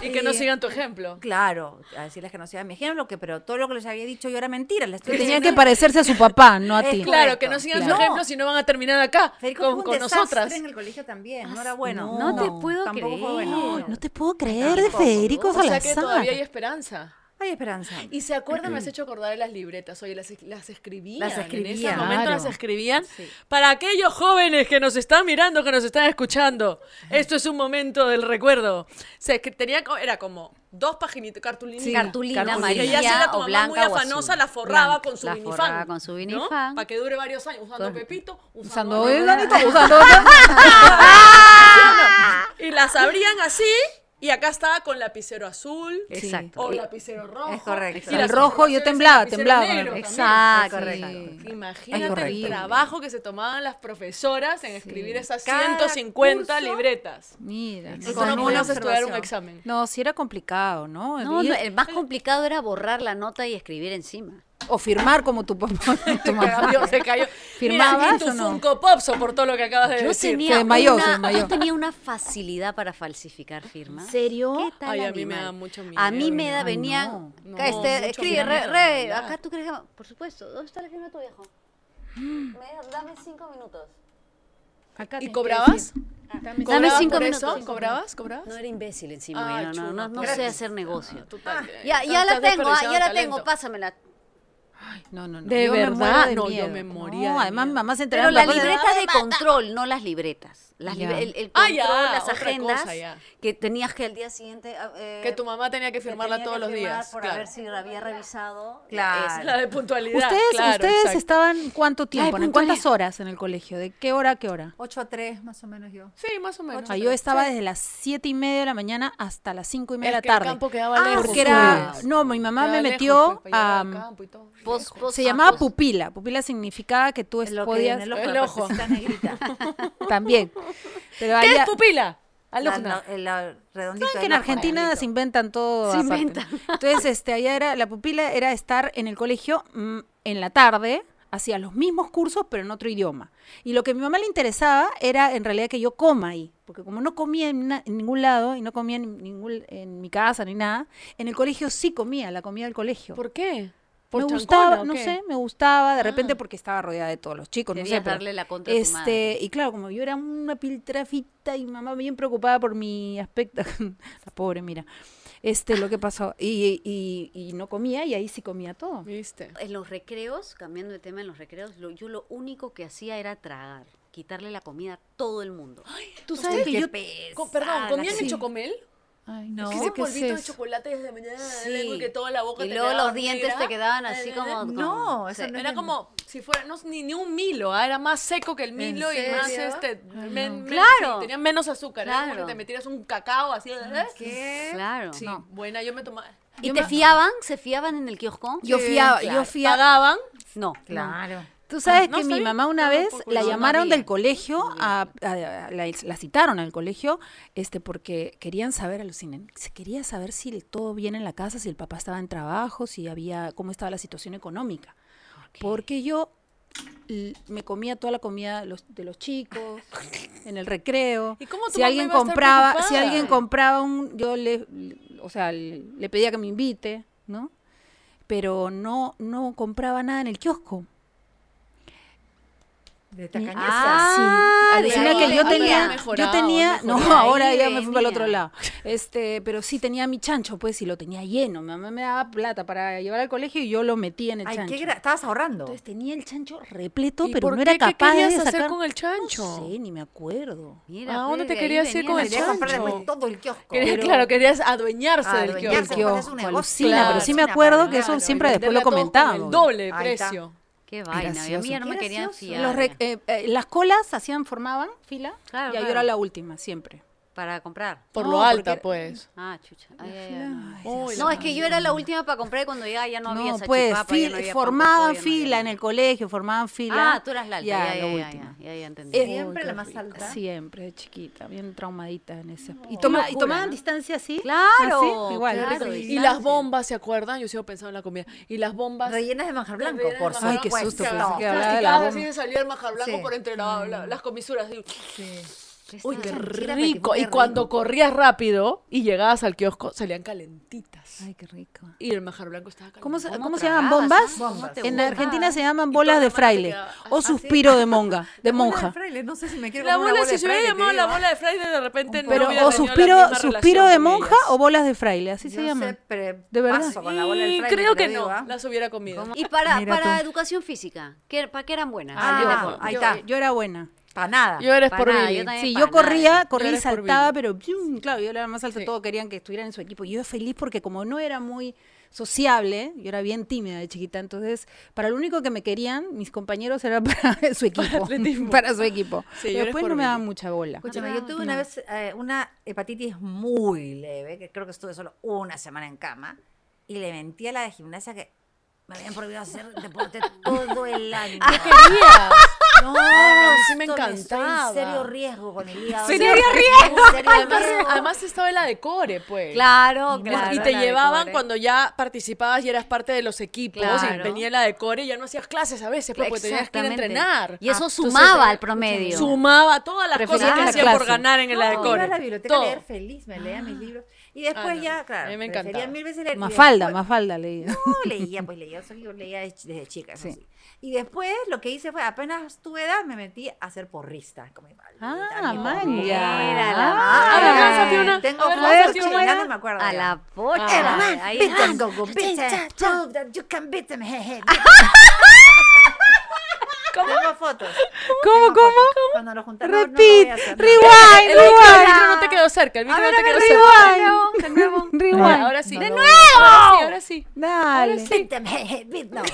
Y que no sigan tu ejemplo. Claro, a decirles que no sea mi ejemplo, que pero todo lo que les había dicho yo era mentira. Les estoy Que tenía que diciendo. parecerse a su papá, no a Es ti. claro. Claro, que no sigan claro. su ejemplo si no van a terminar acá Federico con, fue con un desastre nosotras. Ah, en el colegio también, Ah, no era bueno. no te puedo tampoco fue creer. bueno. No te puedo creer de Tampoco. Federico O sea que Salazar. todavía hay esperanza. Hay esperanza. Y se acuerdan, me has hecho acordar de las libretas. Oye, las, las escribían. Las En ese escribían. momento las Claro. escribían. Para aquellos jóvenes que nos están mirando, que nos están escuchando, esto es un momento del recuerdo. Se escri- tenía, co- era como dos paginitas, cartulinas. Sí, cartulina, cartulina. Que amarilla ya sea la o tu mamá muy blanca o afanosa, azul. la forraba Blanca, con su la minifan. forraba con su minifan. Para que dure varios años, usando Con- Pepito, usando, Usando el Abuelita. granito, usando Y las abrían así, y acá estaba con lapicero azul. Exacto. O Y- lapicero rojo. Es correcto. Y el las rojo, yo observaciones temblaba, en lapicero temblaba. con el- negro también. Exacto. Correcto. sí. Imagínate Ay, el horrible. trabajo que se tomaban las profesoras en escribir esas Cada 150 curso- libretas. Mira. Exacto. Eso con no una podías estudiar un observación. examen. eh. No, sí era complicado, ¿no? No, Y- no, el más complicado era borrar la nota y escribir encima. O firmar como tu papá, tu Se mamá. cayó, se cayó. Mira, ¿Firmabas ni tu o no? Funko Pop soportó lo que acabas de Yo decir. tenía, desmayó, se una, desmayó. yo tenía una facilidad para falsificar firmas. serio? ¿Qué tal Ay, a mí me animal? da mucho A mí miedo. me da, Ay, venía, no. No, acá este, mucho escribe, re, miedo, re, ya. acá tú crees que, por supuesto, ¿dónde está la firma de tu viejo? Me da- dame cinco minutos. ¿Y cobrabas? Dame cinco por eso? minutos. ¿Cobrabas? ¿Cobrabas? No era imbécil encima, Ah, yo no, no, no, chulo, no pues. sé hacer negocio. Total, Ya, ya la tantas tengo, ah, ya la desperdiciaron tengo, talento. pásamela. No, no, no. De Yo me verdad, muero de no, yo miedo. me moría No, de además miedo. mamá se enteraba Pero la papá se- libreta de control, no las libretas. Las Ya. libre- el, el Ah, control, ya, las otra agendas cosa, ya. que tenías que al día siguiente. ah, eh, Que tu mamá tenía que que firmarla tenía todos que los firmar días. Por claro. haber si había revisado. eh, Claro. esa. La de puntualidad. Ustedes, claro, ustedes exacto. estaban cuánto tiempo, Ay, ¿En cuántas horas en el colegio, de qué hora a qué hora. 8 a 3, más o menos yo. Sí, más o menos. O sea, yo estaba desde las siete y media de la mañana hasta las cinco y media Es de la que el tarde. campo quedaba Ah, lejos, porque era, pues. no, mi mamá Quedaba me lejos, metió pues, para a, mm, llegar al campo y todo. Pos- pos- se ah, llamaba pos- pupila. Pupila significaba que tú es- Lo que en Pues podías el ojo, el la ojo. partecita negrita. también. Pero ¿Qué allá- es pupila? La- Alumna. la- la redondita Saben del que en ojo, Argentina negrito. se inventan todo. Se aparte, ¿no? inventan. Entonces, este, allá era, la pupila era estar en el colegio mm, en la tarde, hacía los mismos cursos, pero en otro idioma. Y lo que a mi mamá le interesaba era en realidad que yo coma ahí. Porque como no comía en, na- en ningún lado y no comía en, ningún, en mi casa ni nada, en el colegio sí comía, la comida del colegio. ¿Por qué? ¿Por me chancona gustaba, o no qué? sé, me gustaba, de repente porque estaba rodeada de todos los chicos, no sé, Debías pero- darle la contra a tu madre. este, y claro, como yo era una piltrafita y mamá bien preocupada por mi aspecto, la pobre, mira, este, lo que pasó, y, y- y no comía y ahí sí comía todo. ¿Viste? En los recreos, cambiando de tema, en los recreos, lo- yo lo único que hacía era tragar, quitarle la comida a todo el mundo. Tú sabes que Qué yo... Co- pesada la perdón, ¿comían el gente. chocomel? Ay, no, que ese ¿qué es polvito de eso? chocolate desde mañana Sí. lengua y que toda la boca Y te luego quedaba los dientes te quedaban así como... No, como- eso sí. no es Era como si fuera no, ni, ni un Milo, ah, era más seco que el Milo y serio? más este. men- men- Claro. sí, tenía menos azúcar. Era como Claro. que te metieras un cacao así. ¿eh? ¿Qué? Claro. Sí, buena, yo me tomaba. ¿Y te fiaban? ¿Se fiaban en el kiosco? Yo fiaba, yo fiaba... Pagaban. No. Claro. Tú sabes no, que está mi bien. mamá una No, no, vez porque la no, no llamaron había. del colegio, a, a- a- la, la citaron al colegio, este, porque querían saber, alucinen, se quería saber si el- todo bien en la casa, si el papá estaba en trabajo, si había, cómo estaba la situación económica. Porque yo l- me comía toda la comida de los, de los chicos en el recreo. ¿Y cómo tu si mamá alguien iba a estar compraba, si preocupada? alguien compraba un, yo le, o sea, le, le pedía que me invite, ¿no? Pero no, no compraba nada en el kiosco. De Mi- tacañeza. Ah, sí. Alucina ahí que yo venía. tenía, yo Mejorado, tenía, no, mejorado. ahora Ahí ya me fui para el otro venía. lado. Este, pero sí tenía mi chancho, pues, y lo tenía lleno. Mi mamá me daba plata para llevar al colegio y yo lo metía en el Ay, chancho. qué gra- Estabas ahorrando. Entonces tenía el chancho repleto, ¿Y pero por no era qué? ¿Qué capaz de querías hacer sacar. con el chancho? No sé, ni me acuerdo. Mira, ¿A fue Ah, dónde te de ahí querías ir venía con la el Quería idea. comprar chancho? después todo el kiosco. Querías- claro, querías adueñarse del Adueñarse, kiosco. Adueñarse, porque es un negocio, alucina, pero sí me claro, acuerdo que claro, eso siempre y después venderla lo a todos comentaba. con El doble de Ahí está. precio. Qué vaina, y a mí ya no me querían fiar. Los rec- eh, eh, las colas hacían, formaban fila, Claro, y ahí yo claro. era la última, siempre. Para comprar. Por No, lo alta, porque- pues. Ah, chucha. Ay, ay, ay, no. Uy, No, la es que yo era la última para comprar y cuando ya, ya no había No, esa pues, chipapa, ya fil- no había pan con formaban pollo, ya no fila había en nada. el colegio, formaban fila. Ah, tú eras la alta, Ya, ya, la ya, ya, última. ya, ya, ya entendí. Eh, Siempre Uy, la qué más rico. alta. Siempre, de chiquita, bien traumadita en ese aspecto. y, toma- y locura, tomaban ¿no? distancia así. Claro, así, igual. claro, rico. Y las bombas, ¿se acuerdan? Yo sigo pensando en la comida. Y las bombas. Rellenas de manjar blanco, rellenas de por manjar supuesto. Ay, qué susto, pensé que hablaba de la Plasticadas así bomba. Mm. de salir el majar blanco Sí. por entre la- la- las comisuras. así. Uy, qué Tranquila, rico. Betty, Y qué cuando rico. corrías rápido y llegabas al kiosco, salían calentitas. Ay, qué rico. Y el majar blanco estaba ¿Cómo caliente. se, ¿Cómo cómo se tragabas, llaman? ¿Bombas? ah? Bombas. En Te Argentina gustaba. se llaman Y bolas toda de la mano te fraile quedaba así. o suspiro de monga, de monja. fraile, no sé si me quiero La comer bola, una si se fraile, hubiera te llamado la digo. ¿ah? bola de Friday, de repente no Pero hubiera o tenido la suspiro, misma suspiro relación de con monja ellas. o bolas de fraile, así se Yo llaman. siempre De verdad. paso con la bola del Y fraile, creo te que digo, no, ¿ah? las hubiera comido. Y para, Mira para tú. educación física, ¿qué- ¿para qué eran buenas? Ah, Yo me ya. acuerdo. ahí yo, está. yo era buena. Para nada. Yo eres Pa' por nada, vivir. yo también. Sí, pa' yo corría, nada. Yo corría y eres por saltaba, Billy. pero ¡pium! claro, yo era la más alta Sí. todo, querían que estuvieran en su equipo. Y Yo feliz porque como no era muy sociable, yo era bien tímida de chiquita, entonces para lo único que me querían mis compañeros era para su equipo, atletismo. para, su equipo. Sí, Pero yo eres después por no me Billy. daban mucha bola. Escúchame, yo tuve una vez eh, una hepatitis muy leve, que creo que estuve solo una semana en cama, y le mentí a la de gimnasia que me habían prohibido hacer deporte todo el año. No, a mí sí me esto Estoy encantaba. en serio riesgo con el hígado. Serio riesgo! Además, además estaba la de core, pues. Claro, Y- claro. y te la de llevaban cobre. cuando ya participabas y eras parte de los equipos y Claro. venía la de core y ya no hacías clases a veces pues, porque tenías que ir a Exactamente. entrenar. Y eso Ah, sumaba entonces, al promedio. Sumaba todas las Prefería cosas que que la hacía por clase. ganar en el la de No, core. Iba a la biblioteca Todo. a leer feliz, me leía mis libros. Y después Ah, no, ya, a claro. mí me prefería encantaba. mil veces leer. y Más falda, después- más falda leía. No, leía, pues leía, soy- yo leía de ch- desde chica. eso Sí. sí. Y después lo que hice fue, apenas tuve edad, me metí a ser porrista. Con mi Ah, man, manja. ya. Mira la Ah, A ver, Ay, lánzate una. Tengo A ver, poder, lánzate una. ya no me acuerdo. A ya. la pocha. Ah. ahí Beat está. them, go, go, beat them. Prove that you can beat them. jeje. Tengo fotos. ¿Cómo, Tengo cómo? fotos. Cuando lo juntamos, no lo voy Repeat, a hacer, no. rewind, El micro, el rewind. micro no te quedó cerca, el micro no te quedó cerca. rewind. De nuevo, Ya, Rewind. Ahora sí. No lo- Ahora sí, ahora sí. Dale. Beat them, jeje, beat them.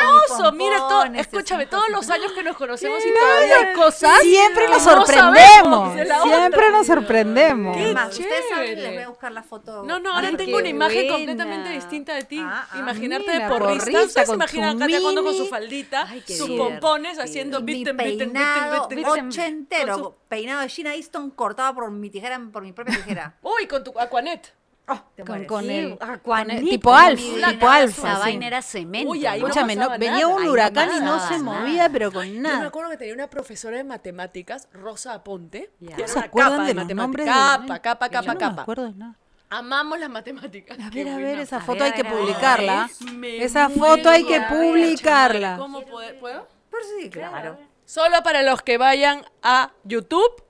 Hermoso, mira todo. pompones, Escúchame, esos todos los años que nos conocemos y Claro. todavía hay cosas. Siempre que nos no sorprendemos. sabemos de la Siempre otra. nos sorprendemos. Es más, ustedes saben, chévere. les voy a buscar la foto. No, no, ahora porque- tengo una imagen buena. completamente distinta de ti. Ah, ah, Imaginarte de mira, porrista. porrista, ¿Ustedes se con imaginan a su Katia cuando con su mini. faldita, Ay, qué sus divertido. pompones haciendo mi beaten, beaten, peinado beaten, beaten, ochentero, Con peinado de Gina Easton cortado por mi tijera, por mi propia tijera. Uy, con tu Aquanet. Oh, te Con, mueres. con Sí, el, ah, con el Juanito, tipo alfa, mi tipo vaina, Esa alfa. sí. vaina era cemento. Uy, ahí no Escúchame, Escúchame, no, pasaba venía nada, ahí un no huracán y no pasaba se nada. movía, pero con Yo me nada. acuerdo que tenía una profesora de matemáticas, Rosa Aponte. que Ya. era ¿No se una acuerdan capa de los nombres? de- Capa, capa, Yo capa, no me capa. acuerdo de nada. Amamos las matemáticas. A Qué ver, a ver, buena. esa A foto ver, hay a que ver, a ver. publicarla. Es memoria. Esa foto hay que A ver, publicarla. ¿Cómo puede- puedo? Pero sí, claro. Solo para los que vayan a YouTube,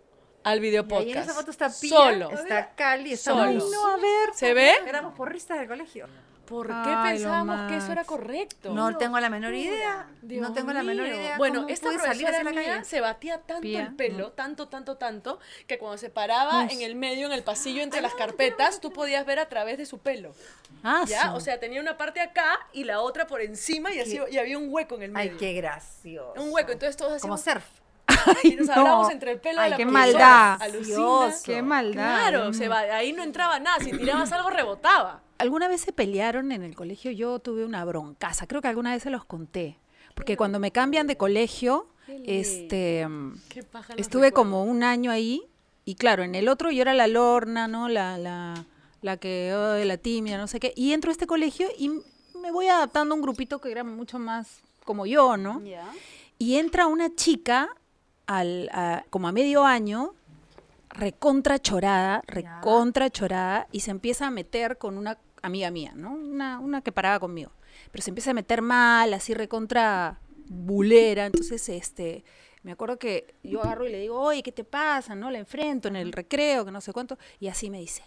al video Y ahí en podcast. esa foto está Pía, Solo. está Cali, está Solo. Ay, Solos. no, a ver. ¿Se ve? Éramos porristas del colegio. ¿Por qué Ay, lo pensábamos que eso era máximo. correcto? No tengo la menor idea. Dios no tengo la menor mío. idea. Bueno, cómo esta pude profesora salir hacia la mía calle. se batía tanto Pía, el pelo, tanto, tanto, tanto, que cuando se paraba en el medio, en el pasillo, entre las carpetas, tú podías ver a través de su pelo. Ah, ¿Ya? su- O sea, tenía una parte acá y la otra por encima y, así, y había un hueco en el medio. Ay, qué gracioso. Un hueco, entonces todos Como hacíamos surf. y nos no. hablábamos entre el pelo de Ay, la qué profesora. maldad. Alucina. Dios. qué maldad. Claro, se va, ahí no entraba nada, si tirabas algo rebotaba. Alguna vez se pelearon en el colegio, yo tuve una broncaza, creo que alguna vez se los conté, porque cuando me cambian de colegio, este, Qué paja los estuve recuerdos. como un año ahí, y claro, en el otro yo era la lorna, ¿no? La, la, la que, ay, la tímida, no sé qué, y entro a este colegio y m- me voy adaptando a un grupito que era mucho más como yo, ¿no? Ya. Y entra una chica, al, a- como a medio año, recontra chorada, recontra chorada, y se empieza a meter con una amiga mía, ¿no? Una, una que paraba conmigo. Pero se empieza a meter mal, así recontra bulera. Entonces, este, me acuerdo que yo agarro y le digo, oye, ¿qué te pasa? ¿No? La enfrento en el recreo, que no sé cuánto. Y así me dice,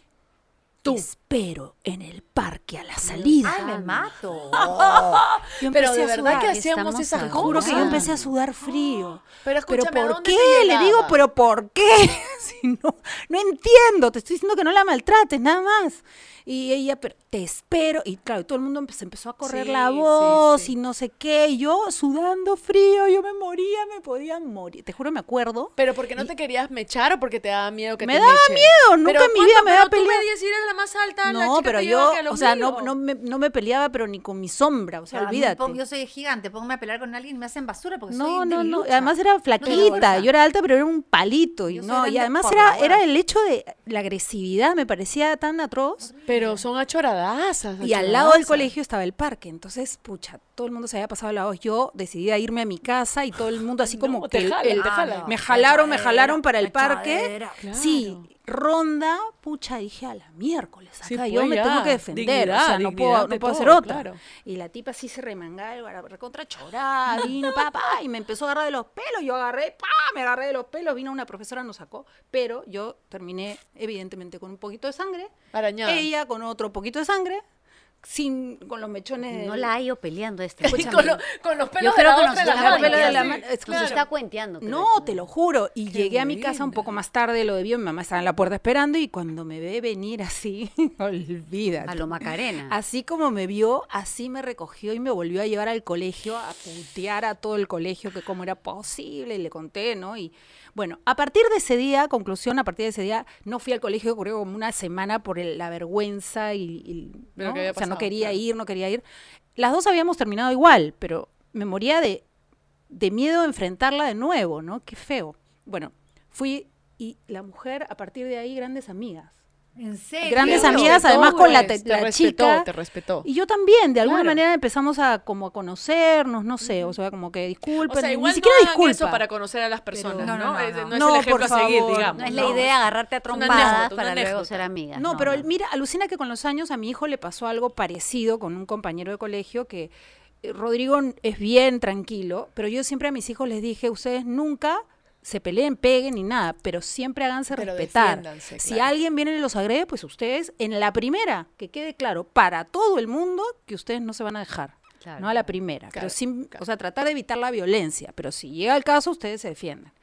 Te espero en el parque a la salida. Ay, me mato. Yo Pero empecé de a verdad que sudar. hacíamos estamos esas a- cosas. Juro que yo empecé a sudar frío. Ah. Pero ¿Pero escúchame, ¿a por dónde qué? te Le digo, llegaba? ¿pero por qué? Si no, no entiendo, te estoy diciendo que no la maltrates, nada más. Y ella, pero te espero. Y claro, todo el mundo empe- se empezó a correr Sí, la sí, voz sí. y no sé qué. Y yo sudando frío, yo me moría, me podía morir. Te juro, me acuerdo. Pero porque no te querías mechar o porque te daba miedo que Me te daba mechen? miedo, nunca Pero en mi ¿cuánto? vida me Pero había Tú peleado. me decías, eres la más alta, la No, chica pero te lleva yo, que a los o sea, no, míos. no, me, no me peleaba, pero ni con mi sombra, o sea, A mí me olvídate. pon- Yo soy gigante, póngame a pelear con alguien y me hacen basura porque No, Pues soy no, no. debilucha. Además era flaquita. fuerza. Yo era alta, pero era un palito. Y Yo soy no, y grande además por era, la era hueva. el hecho de la agresividad, me parecía tan atroz. Pero son achoradazas. Y al lado del achoradazas. colegio estaba el parque. Entonces, pucha, todo el mundo se había pasado la voz. Yo decidí a irme a mi casa y todo el mundo así como No, que te el- jalan, el- Ah, te jalan. me jalaron, me Mechadera, jalaron para el parque. mechadera. Sí, ronda, pucha, dije a la miércoles. Sí, Acá pues, yo me ya. tengo que defender. Dignidad, o sea, no dignidad puedo, ante no puedo todo, hacer otra. claro. Y la tipa así se remangaba, era recontra chorada, vino, papá, y me empezó a agarrar de los pelos. Yo agarré, pa, me agarré de los pelos. Vino una profesora, nos sacó. Pero yo terminé, evidentemente, con un poquito de sangre. Arañada. Ella con otro poquito de sangre. sin, con los mechones. No la hallo peleando este. con, lo- con los pelos Yo creo de que la nos otra en la llegaron mano, pelos de así. la mano. Es que Claro. se está cuenteando. creo. No, te lo juro. Y Qué llegué a mi casa un buena. poco más tarde, lo debió, mi mamá estaba en la puerta esperando y cuando me ve venir así, olvídate. A lo Macarena. Así como me vio, así me recogió y me volvió a llevar al colegio, a putear a todo el colegio, que cómo era posible, y le conté, ¿no? Y bueno, a partir de ese día, conclusión, a partir de ese día, no fui al colegio, ocurrió como una semana por el- la vergüenza y, y, De lo ¿no? que había o sea, no pasado, quería claro. ir, no quería ir. Las dos habíamos terminado igual, pero me moría de, de miedo a enfrentarla de nuevo, ¿no? Qué feo. Bueno, fui y la mujer, a partir de ahí, grandes amigas. En serio. Grandes Claro. amigas, Te además con la, te- respetó, la te chica. respetó, te respetó. Y yo también, de alguna Claro. manera empezamos a como a conocernos, no sé, o sea, como que disculpen, O sea, igual ni siquiera no hagan disculpa. eso para conocer a las personas, Pero- ¿no? No, no, no, Es- no. no es No, el ejemplo por a seguir, favor. digamos. No es la no. idea agarrarte a una trompadas anécdota, una para luego anécdota. ser amigas. no, pero mira, alucina que con los años a mi hijo le pasó algo parecido con un compañero de colegio que eh, Rodrigo n- es bien tranquilo, pero yo siempre a mis hijos les dije, ustedes nunca se peleen, peguen ni nada, pero siempre háganse Pero respetar. defiéndanse, Si claro. alguien viene y los agrede, pues ustedes en la primera, que quede claro para todo el mundo que ustedes no se van a dejar. Claro. No a la primera, Claro, pero sin, claro. o sea, tratar de evitar la violencia, pero si llega el caso ustedes se defienden.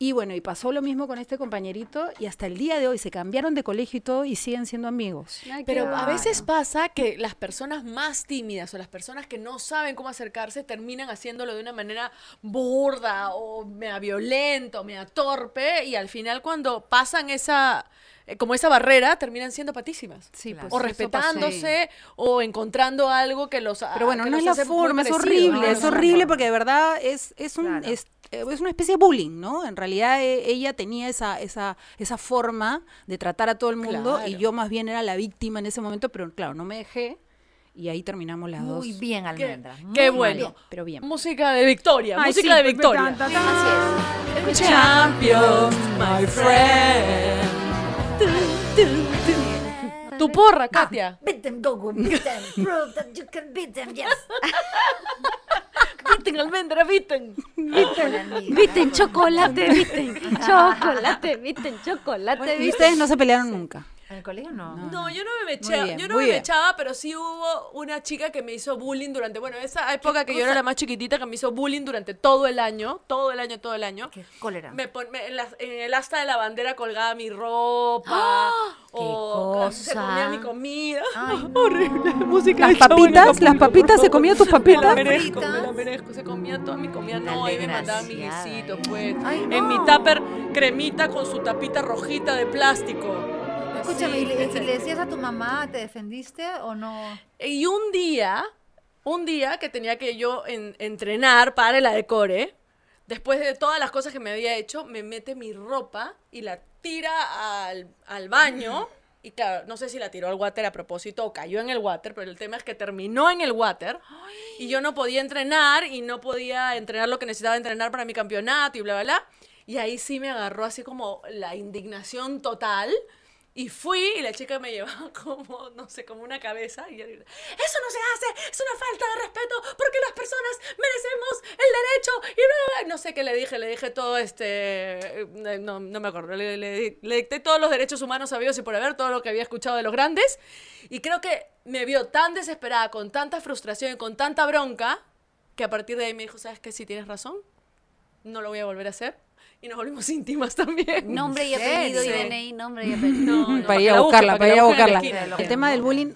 Y bueno, y pasó lo mismo con este compañerito y hasta el día de hoy se cambiaron de colegio y todo y siguen siendo amigos. Ay, qué Pero a bárbaro. veces pasa que las personas más tímidas o las personas que no saben cómo acercarse terminan haciéndolo de una manera burda o mea violento, mea torpe y al final cuando pasan esa eh, como esa barrera terminan siendo patísimas. Sí, Claro. pues, O eso respetándose o encontrando algo que los pasó. Pero bueno, que no es los la hace muy forma, es parecidos, horrible, ¿no? es No es la horrible forma. porque de verdad es, es, un, Claro. es, eh, es una especie de bullying, ¿no? En realidad eh, ella tenía esa, esa, esa forma de tratar a todo el mundo y Claro. yo más bien era la víctima en ese momento, pero claro, no me dejé y ahí terminamos las dos. Muy bien, Qué- Almendra. muy Qué bien. bueno. pero bien. Música de victoria, Ay, música sí, pues, de me victoria. encanta. Champions, my friend. Tu porra, Katia. Beat them, Goku, beat them, prove that you can beat them, yes. Viten, almendra, viten. Ah. Viste en chocolate, viste en chocolate, viste en chocolate, Y viste. ustedes no se pelearon nunca. ¿En el colegio no? No, yo no me mechaba, bien, yo no muy me bien. mechaba, pero sí hubo una chica que me hizo bullying durante, bueno, esa época que yo era la más chiquitita que me hizo bullying durante todo el año, todo el año, todo el año. Qué cólera. Me pon- me- en, las- en el asta de la bandera colgaba mi ropa o ¡Ah! ¡Qué se cosa! Ah, comía mi comida. Ay, no. Horrible, música. Las de Chabón en papitas, Acapulco, las papitas, por ¿se comía tus favor. Me la papitas? merezco, me la merezco. Se comía toda mi comida. La No, ahí me mandaba mis desgraciada, guisitos, eh. pues. Ay, En mi no. tupper, cremita con su tapita rojita de plástico. Escúchame, Así, ¿y le, y ese- le decías a tu mamá, te defendiste o no? Ah. y un día, un día que tenía que yo en- entrenar para la decore, después de todas las cosas que me había hecho, me mete mi ropa y la tira al, al baño. Y claro, no sé si la tiró al water a propósito o cayó en el water, pero el tema es que terminó en el water. Y yo no podía entrenar y no podía entrenar lo que necesitaba entrenar para mi campeonato y bla, bla, bla. Y ahí sí me agarró así como la indignación total. Y fui y la chica me llevaba como, no sé, como una cabeza. Y yo digo, eso no se hace, es una falta de respeto porque las personas merecemos el derecho. Y bla, bla, bla". no sé qué le dije, le dije todo este, eh, no, no me acuerdo, le, le- le dicté todos los derechos humanos sabidos y por haber, todo lo que había escuchado de los grandes. Y creo que me vio tan desesperada, con tanta frustración y con tanta bronca, que a partir de ahí me dijo, ¿sabes qué? Si tienes razón, no lo voy a volver a hacer. Y nos volvimos íntimas también. Nombre y ¿En apellido y serio? DNI, nombre y apellido. No, no, para que ir a la busquen, buscarla, que para la ir a busquen en la buscarla. esquina. El tema del bullying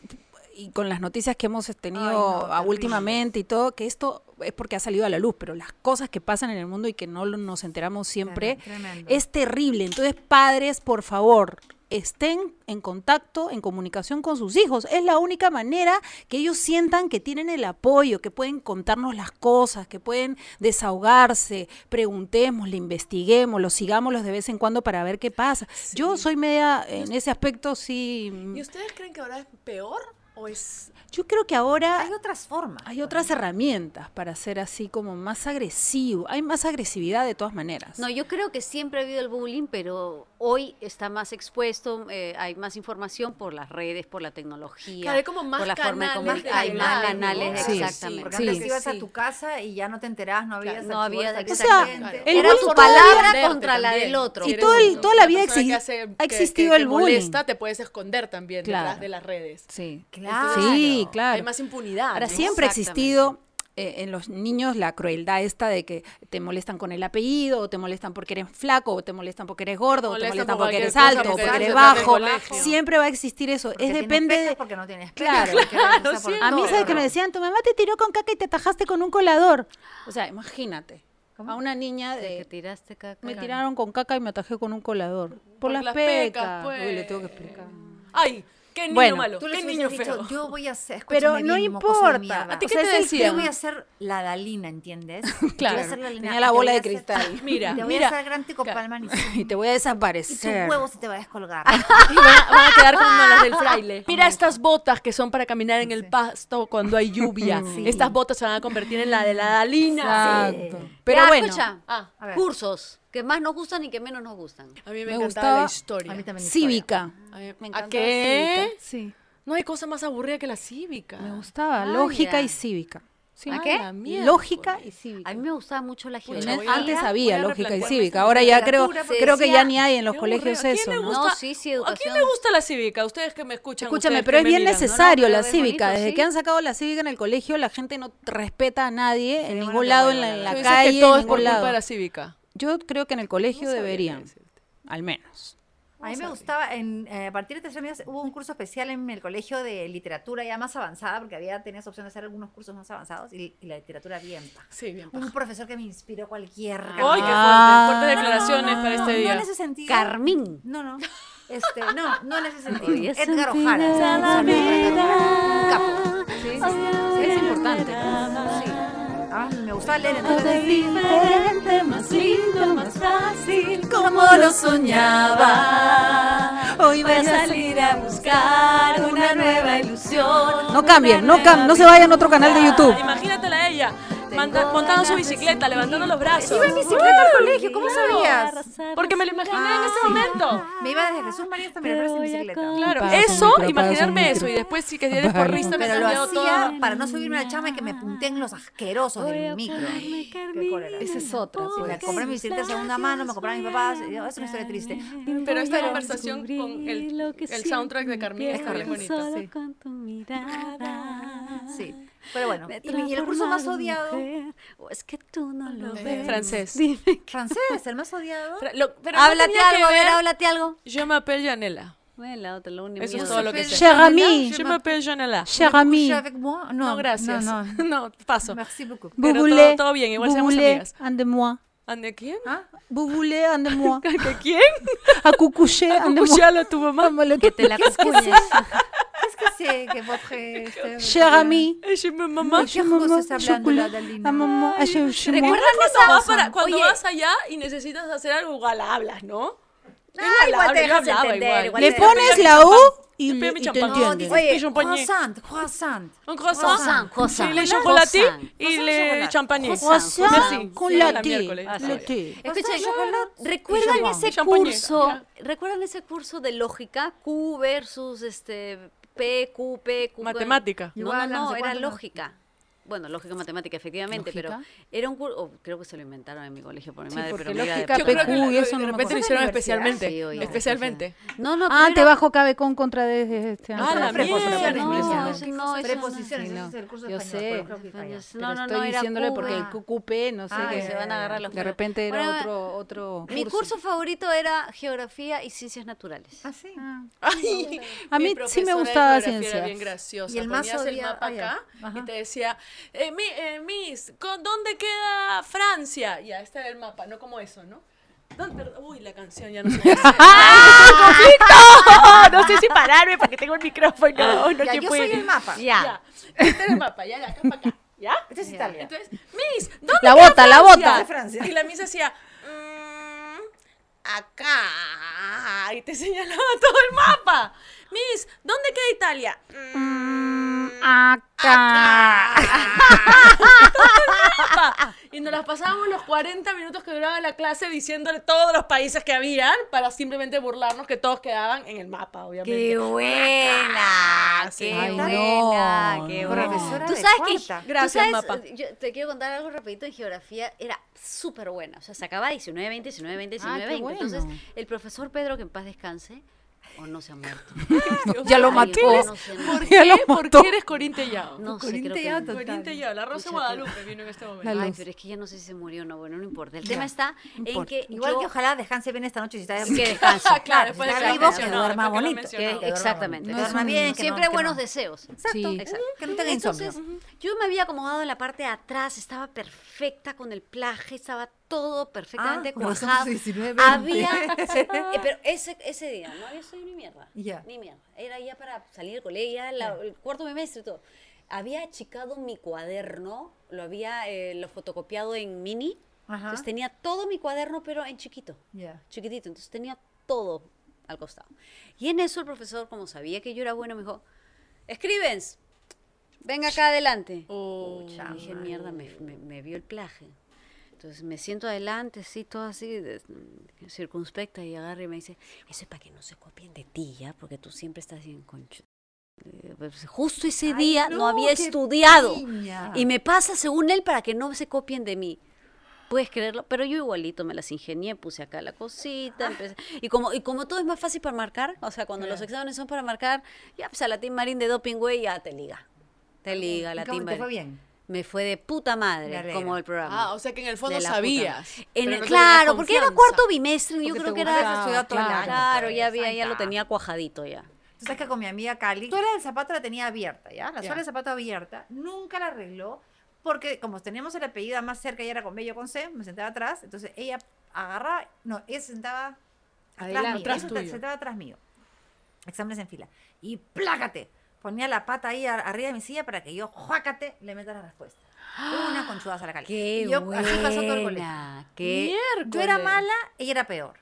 y con las noticias que hemos tenido Ay, no, ah, terrible. últimamente y todo, que esto es porque ha salido a la luz, pero las cosas que pasan en el mundo y que no lo- nos enteramos siempre Tremendo. es terrible. Entonces, padres, por favor, estén en contacto, en comunicación con sus hijos. Es la única manera que ellos sientan que tienen el apoyo, que pueden contarnos las cosas, que pueden desahogarse, preguntémosle, investiguémoslo, sigámoslos de vez en cuando para ver qué pasa. Yo soy media, en ese aspecto sí... ¿Y ustedes creen que ahora es peor o es Yo creo que ahora Hay otras formas. hay otras herramientas para ser así como más agresivo. Hay más agresividad de todas maneras. No, yo creo que siempre ha habido el bullying, pero hoy está más expuesto, eh, hay más información por las redes, por la tecnología, Claro, hay como más por la forma de canales de comunicar, hay más diálogo, canales, ¿no? Sí, sí, exactamente. Porque Sí. antes ibas Sí. a tu casa y ya no te enterabas, no había Claro, no había- O O sea, el Era bullying tu toda palabra esconderte contra la también. del otro. Y Eres todo el- un- toda la una vida persona que exi- hace- ha que- que existido te el bullying. molesta, te puedes esconder también Claro. detrás de las redes. Sí. Qué Claro. Sí, claro. Hay más impunidad. Ahora, ¿no? siempre ha Exactamente. existido eh, en los niños la crueldad esta de que te molestan con el apellido, o te molestan porque eres flaco, o te molestan porque eres gordo, o te molestan molestan por porque cualquier eres cosa, alto, porque porque te eres tratan de bajo. colegio. Siempre va a existir eso. Porque es tiene depende pecas de- porque no tienes Claro. pecas, porque no Claro, está por sí. A mí, todo, ¿sabes que ¿no? me decían? Tu mamá te tiró con caca y te atajaste con un colador. O sea, imagínate. ¿Cómo? A una niña De que de... tiraste caca. Me tiraron con caca y me atajé con un colador. Por, las, pecas. Uy, le tengo que explicar. pues. Ay, qué niño Bueno, malo, Tú qué les niño niño feo. dicho, yo voy a ser, Pero escúchame no bien, mocoso de importa. mierda. ¿A ti O qué sea, te es el- yo decían? voy a ser la Dalina, ¿entiendes? Claro, Yo voy a ser la Dalina, tenía la y te bola voy de a hacer- cristal. Mira, te voy mira. a hacer gran tico palmanísimo. Y te voy a Y tu desaparecer. huevo se te va a descolgar. Y van a, van a quedar como las del fraile. Mira estas botas que son para caminar en el pasto cuando hay lluvia. Sí. Estas botas se van a convertir en la de la Dalina. Exacto. Sí. Pero Ya, bueno, escucha, Ah, a ver. cursos que más nos gustan y que menos nos gustan. A mí me, Me encantaba la gustaba- historia. A mí también. cívica. A mí- Me ¿A encantaba qué? cívica, Sí. No hay cosa más aburrida que la cívica. Me gustaba. Ah, lógica ya. y cívica. Sí. ¿A qué? la mierda. pues. Lógica y A cívica. mí me gustaba mucho la Pucha, geografía. voy a- Antes había voy a lógica y replantearme cívica. esta Ahora ya creo, literatura, porque creo que decía- ya ni hay en los Qué colegios aburrido. ¿A quién eso. le ¿no? gusta? No, sí, sí, ¿A quién educación. le gusta la cívica? Ustedes que me escuchan. Escúchame, ustedes pero que es me bien miran. necesario pero la es cívica. bonito, Desde sí. que han sacado la cívica en el colegio, la gente no respeta a nadie, en bueno, ningún qué lado, en bueno, la, la en Tú la dices calle, que todo en es por ningún culpa lado. de la cívica. Yo creo que en el colegio sabía qué deberían, decirte. al menos. A mí me gustaba, en, eh, a partir de tercer medio hubo un curso especial en el colegio de literatura ya más avanzada, porque había, tenías opción de hacer algunos cursos más avanzados y, y la literatura bien paja. Sí, bien. Un profesor que me inspiró cualquier... Ay, qué fuerte, Ah. fuertes No, no, declaraciones no, para no, este No día. en ese sentido. Carmín. No, no. Este, no, no en ese sentido. Hoy es un Edgar fin de Ojara. la Un vida. capo. Sí, es importante. Ah, me gustaba leer entonces. diferente, más lindo, más fácil, como lo soñaba. Hoy voy a salir a buscar una nueva ilusión. No cambien, no, cam no se vayan a otro canal de YouTube. Imagínatela a ella, manda- montando su bicicleta, levantando los brazos. Iba en bicicleta al colegio, ¿cómo sabías? Porque me lo imaginé en ese Ah, momento. Me iba desde Jesús María hasta Miraflores en bicicleta. Claro, Apaga su eso, micro, apaga su imaginarme micro. eso. Y después sí que eres Apaga. porrista, me Pero lo salió todo. hacía para no subirme a la chama y que me punten los asquerosos del micro. Qué cólera. Esa es otra. Sí, me pues. compré mi bicicleta de segunda mano, me compraron mis papás. y yo, Es una historia triste. Pero esta conversación con el, el soundtrack de Carmina está bien correcto. bonita. Sí. con tu mirada. Sí. Pero bueno, me y, mi- y el curso más transformas, odiado, mujer, o es que tú no lo Eh, ves. francés. Dime. francés, el más odiado. Fra- lo- pero no Háblate tenía que algo, a ver, ver- háblate algo. Je m'appelle Janela. Bueno, te lo único. Eso es todo lo que sé. Cher ami, Je m'appelle Janela. cher ami, Couché avec moi? No, No, gracias. No, No, no. paso. Merci beaucoup. vous Pero voulez, todo- todo bien, igual vous seamos voulez amigas. un de moi, ¿A de quién? ¿Ah? vous voulez un de moi, ¿A quién? à coucoucher un de moi. Cuchalo a tu mamá. Vamos, le- Te la cucuñes. Qu'est-ce que c'est que votre. este, Cher ami, Eh, Je me Oh, mamá. qué cosa está hablando la Dalina? à maman, à chez- chez moi. ¿Recuerdan Cuando esa vas cosa? para- cuando Oye, vas allá y necesitas hacer algo, igual hablas, ¿no? Ah, igual yo te dejas entender, igual Le te- pones la U y, Yo pido mi y te champán. No, entiendes. dice, Oye, Oye, champagne. croissant, croissant. Oh, Un croissant. Croissant, croissant. Y le Croissant. chocolaté y Croissant, le chocolate. champagne. Croissant Merci. con Sí, la la T, miércoles. la Ah, sí. T. Escuchen, Pastel, chocolate, ¿recuerdan y ese champán. curso? Champañera. ¿Recuerdan ese curso de lógica? Q versus este P, Q, P, Q. Matemática. No, no, Igual, no no, sé era cuánto, no. lógica. Bueno, lógica matemática, efectivamente, pero ¿Lógica? era un curso, creo que se lo inventaron en mi colegio por mi madre, porque pero no era de lógica, Yo prepa. creo que Uy, la- eso de no me repente acuerdo. lo ¿Es hicieron de universidad? especialmente. Sí, oye, especialmente. No, no, Ah, pero te era- bajo cabecón contra de este. Ah, la antes. mierda. Preposiciones, No, preposiciones. eso no, eso Preposiciones, no. ese es el curso Yo español, sé. pero creo que está allá. No, Pero no, no, estoy era diciéndole porque el Cuba. QQP, no sé Ah, qué. se van a agarrar los De pelos. repente era Bueno, otro, otro Mi curso favorito era geografía y ciencias naturales. Ah, sí. Ay, A mi mí sí profesora me de gustaba geografía Era ciencias. bien graciosa. Y el más Ponías el odiado- mapa ah, ya. acá y Ajá. te decía, eh, mi- eh, Miss, ¿con ¿dónde queda Francia? Y ahí está el mapa, no como eso, ¿no? ¿Dónde- Uy, la canción ya no sé. qué hacer. ¡Ah! No sé si pararme porque tengo el micrófono. No, Ya, se yo soy puede. el mapa. Ya. Este es el mapa, ya, de acá para acá. ¿Ya? Este es Italia. Entonces, Miss, ¿dónde La queda bota, la Francia? bota. Francia. Y la Miss hacía, "Mm, acá. Y te señalaba todo el mapa. Miss, ¿dónde queda Italia? "Mm, Acá. mapa". Y nos las pasábamos los 40 minutos que duraba la clase diciéndole todos los países que habían para simplemente burlarnos que todos quedaban en el mapa, obviamente. ¡Qué buena! sí. ¡Qué Ay, buena! no, ¡Qué no. buena! Profesora ¿Tú de sabes que, cuarta. tú Gracias, sabes, mapa. Yo te quiero contar algo rapidito en geografía. Era súper buena. O sea, sacaba 19, 20, 19, 20, Ah, 19, qué 20. Entonces, bueno. el profesor Pedro, que en paz descanse, o no se ha muerto. Dios ya lo mío. mató. Ay, no sé, no ¿Por sé. qué? Ya lo ¿Por mató. qué eres Corín Tellado? No sé, Corín creo que Tellado no. total. Corín Tellado, la Rosa de Escúchate. Guadalupe vino en este La momento. Ay, luz. pero es que ya no sé si se murió o no. Bueno, no importa. El Ya, tema está no en importa. que. Igual yo- que ojalá descanse bien esta noche si está que que- descanse. Ah, Claro, después si de está que lo vivo, que mencionó, duerma después que lo bonito. que- mencionó. que duerma exactamente. bonito. No Que es duerma un- bien. que no- Siempre que no- buenos deseos. Exacto. Sí. Exacto. Que no tenga insomnio. Entonces, yo me había acomodado en la parte de atrás, estaba perfecta con el plaje, estaba todo perfectamente Ah, con los cuajado. ojos 19, había, 20. eh, pero ese, ese día no había sido ni mierda, Ya. ni mierda. Era ya para salir del colegio, ya la- el cuarto bimestre y todo. Había achicado mi cuaderno, lo había eh, lo fotocopiado en mini, Ajá. entonces tenía todo mi cuaderno pero en chiquito Ya. chiquitito, entonces tenía todo al costado. Y en eso el profesor, como sabía que yo era bueno, me dijo, escribens, ven acá adelante. Oh, Pucha, dije, mierda, me, me- me vio el plaje. Entonces me siento adelante, sí, todo así, de- mm, circunspecta, y agarra y me dice, eso es para que no se copien de ti, ¿ya? Porque tú siempre estás bien concho. Eh, pues, Justo ese Ay, día no, no, había qué estudiado. piña. Y me pasa según él para que no se copien de mí. Puedes creerlo, pero yo igualito me las ingenié, puse acá la cosita, Ah. empecé- y como y como todo es más fácil para marcar, o sea, cuando los exámenes son para marcar, ya pues a la Team Marín de Doping Way ya te liga. Te liga la ¿Y cómo Team te fue Marín. bien? Me fue de puta Me madre, alegra. como el programa. Ah, o sea que en el fondo De la puta sabías. madre. pero En el- no tenías claro, porque era confianza. cuarto bimestre, y yo Porque creo te que gustaba era estudiar todo el año, Claro, ya pues, había, ahí ya lo está. tenía cuajadito ya. Tú sabes que con mi amiga Cali, la suela del zapato la tenía abierta, ¿ya? La Ya. suela del zapato abierta, nunca la arregló, porque como teníamos el apellido más cerca, ella era con B, yo con C, me sentaba atrás, entonces ella agarraba, no, ella se sentaba atrás Adelante, mío, atrás ella se tuyo. sentaba atrás mío, exámenes en fila, y plácate, ponía la pata ahí ar- arriba de mi silla para que yo, juácate, le meta la respuesta. Una conchudaza a la Cali. Qué Y yo, buena, así pasó todo el colegio. qué Yo era mala, ella era peor.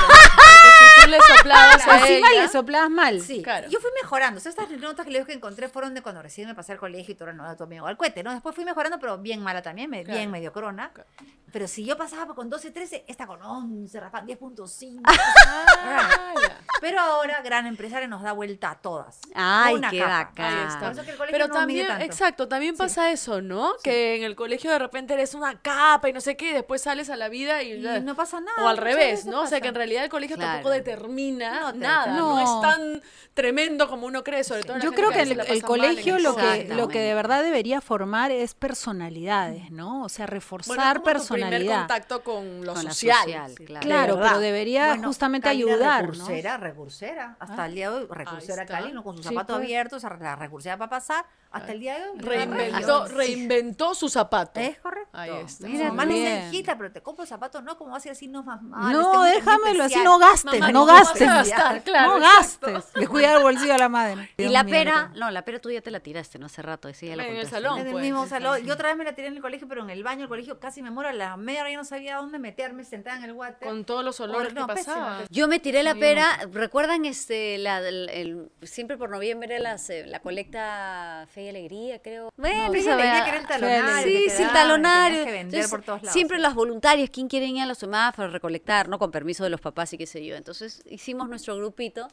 Si tú le soplabas a Encima ella, le soplabas mal. Sí, Claro. yo fui mejorando. O sea, estas notas que les digo que encontré fueron de cuando recién me pasé al colegio y todo era tu amigo al cohete, ¿no? Después fui mejorando, pero bien mala también, me- Claro. bien medio corona. Claro. Pero si yo pasaba con 12, 13, esta con 11, rapaz, 10.5. Ah, ya. pero ahora, gran empresaria nos da vuelta a todas. Ay, Una qué capa. bacán. Ahí está. Por eso que el colegio Pero no mide también, tanto. exacto, también Sí. pasa eso, ¿no? Que en el colegio de repente eres una capa y no sé qué, y después sales a la vida y, Y no pasa nada. O al muchas revés, veces ¿no? O sea, pasa. que en realidad el colegio Claro. tampoco determina No te nada. determina. No. No. es tan tremendo como uno cree, sobre todo la Yo gente creo que a veces el, la el pasa mal en colegio lo que, colegio. lo que Exactamente. de verdad debería formar es personalidades, ¿no? O Bueno, sea, es reforzar como tu primer personalidad. contacto con lo Con la social. social, claro. Claro, De verdad. pero debería Bueno, justamente Cali era ayudar, ¿no? Recursera, recursera. Hasta el día de hoy, recursera está. Cali, ¿no? con sus Sí, zapatos pues. abiertos, la recursera para pasar. Hasta el día de hoy. Reinventó, Sí. reinventó su zapato. Es correcto. Ahí está. Mira, Mira mamá no tú. sé, Bien. hijita, pero te compro zapatos, no, como va a ser así, no más este, no, déjamelo así, no gastes, Mamá, no ¿cómo vas a gastes. gastar? Claro, no gastes. Le cuida el bolsillo a la madre. Y Dios la mío, pera, ahorita. no, la pera tú ya te la tiraste, ¿no? Hace rato, ese ya la En el contaste. salón. En el pues, mismo está salón. Yo otra vez me la tiré en el colegio, pero en el baño del colegio casi me muero. A la media hora ya no sabía dónde meterme, sentada en el water. Con todos los olores No, que pésimo, pasaban. Yo me tiré la pera, ¿recuerdan este la, el- el- siempre por noviembre las, eh, la colecta Fe y Alegría, creo? Bueno, Fe y esa Alegría, vea- que era el talonario Sí, que te sí, el daban, talonario. tenías que vender Entonces, por todos lados. Siempre las voluntarias, ¿quién quiere ir a los semáforos a recolectar, no? Con permiso de los papás y qué sé yo. Entonces hicimos nuestro grupito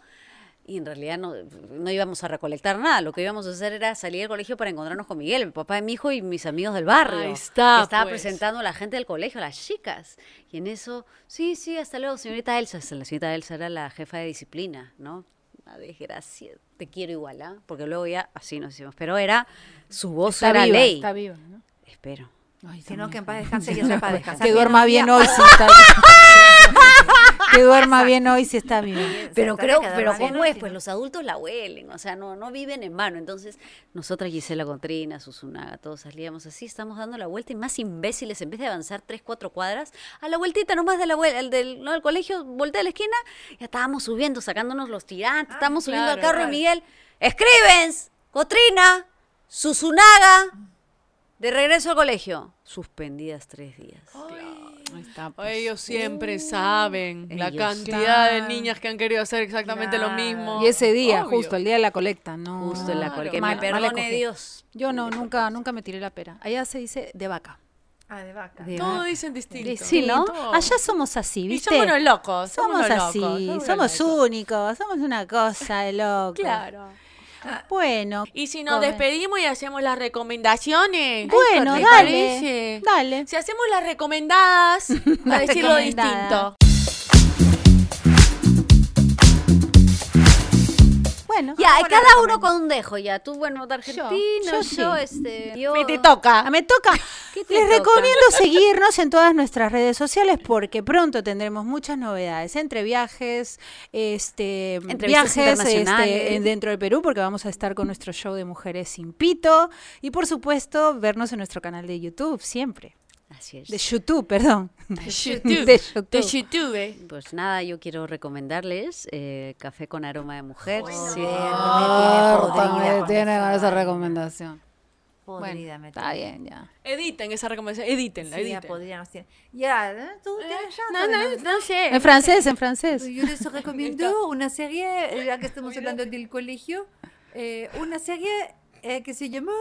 y en realidad no, no íbamos a recolectar nada. Lo que íbamos a hacer era salir del colegio para encontrarnos con Miguel, el papá de mi hijo y mis amigos del barrio. Ahí está, Que Estaba pues. presentando presentando a la gente del colegio, a las chicas. Y en eso, sí, sí, hasta luego, señorita Elsa. La señorita Elsa era la jefa de disciplina, ¿no? Una desgracia. Te quiero igual, ¿ah? Porque luego ya así nos hicimos. Pero era, su voz Está era viva, ley. está viva, ¿no? Espero. Ay, Si no, también. que en paz descanse, yo sepa descansar. Que duerma bien hoy si está Que duerma bien hoy si está bien. Pero creo, pero ¿cómo como es? Pues los adultos la huelen, o sea, no, no viven en vano. Entonces, nosotras, Gisela Contrina, Susunaga, todos salíamos así, estamos dando la vuelta y más imbéciles, en vez de avanzar tres, cuatro cuadras, a la vueltita nomás de la vuelta, el del, no, el colegio, voltea a la esquina, ya estábamos subiendo, sacándonos los tirantes, estábamos subiendo al Ah, claro, carro claro. y Miguel, escribens, Cotrina, Susunaga, de regreso al colegio, suspendidas tres días. Oh, Ahí está. pues. Ay, Ellos siempre saben la Ellos cantidad de eh, saben. niñas que han querido hacer exactamente lo Claro. mismo. Y ese día, Obvio. justo el día de la colecta, no. Justo en la Claro. cual que me Mal- mal perdone escogido. Dios. Yo no, nunca, nunca me tiré la pera. Allá se dice de vaca. Ah, de vaca. De- Todo dicen distinto. Sí, ¿no? Todo. Allá somos así, Y ¿viste? somos unos locos. Somos unos locos, así, unos somos locos. únicos, somos una cosa de locos. Claro. Bueno. Y si nos come. despedimos y hacemos las recomendaciones. Bueno, ¿Te dale. parece? Dale. Si hacemos las recomendadas, para decirlo Recomendada. distinto. Bueno. Ya, Ahora cada lo uno con un dejo, ya. Tú, bueno, de Argentina, yo, yo sí. este. Yo, Me te toca. Me toca. ¿Qué te Les toca? recomiendo seguirnos en todas nuestras redes sociales porque pronto tendremos muchas novedades entre viajes, este, Entrevistas viajes este, internacionales. dentro del Perú porque vamos a estar con nuestro show de Mujeres sin Pito y por supuesto vernos en nuestro canal de YouTube siempre. Así es. De YouTube, perdón. YouTube. De YouTube. De YouTube. Pues nada, yo quiero recomendarles eh, Café con aroma de mujer. sí. Ah, podrida me con tiene esa con esa vaina. recomendación. Podrida me Está tiene. bien, ya. Editen esa recomendación. Edítenla, Sí, ya editen. podría nos tiene. Ya, ¿eh? tú tienes ya. No, no, también. no sé. En francés, en francés. Yo les recomiendo una serie, eh, ya que estamos hablando del colegio, eh, una serie eh, que se llama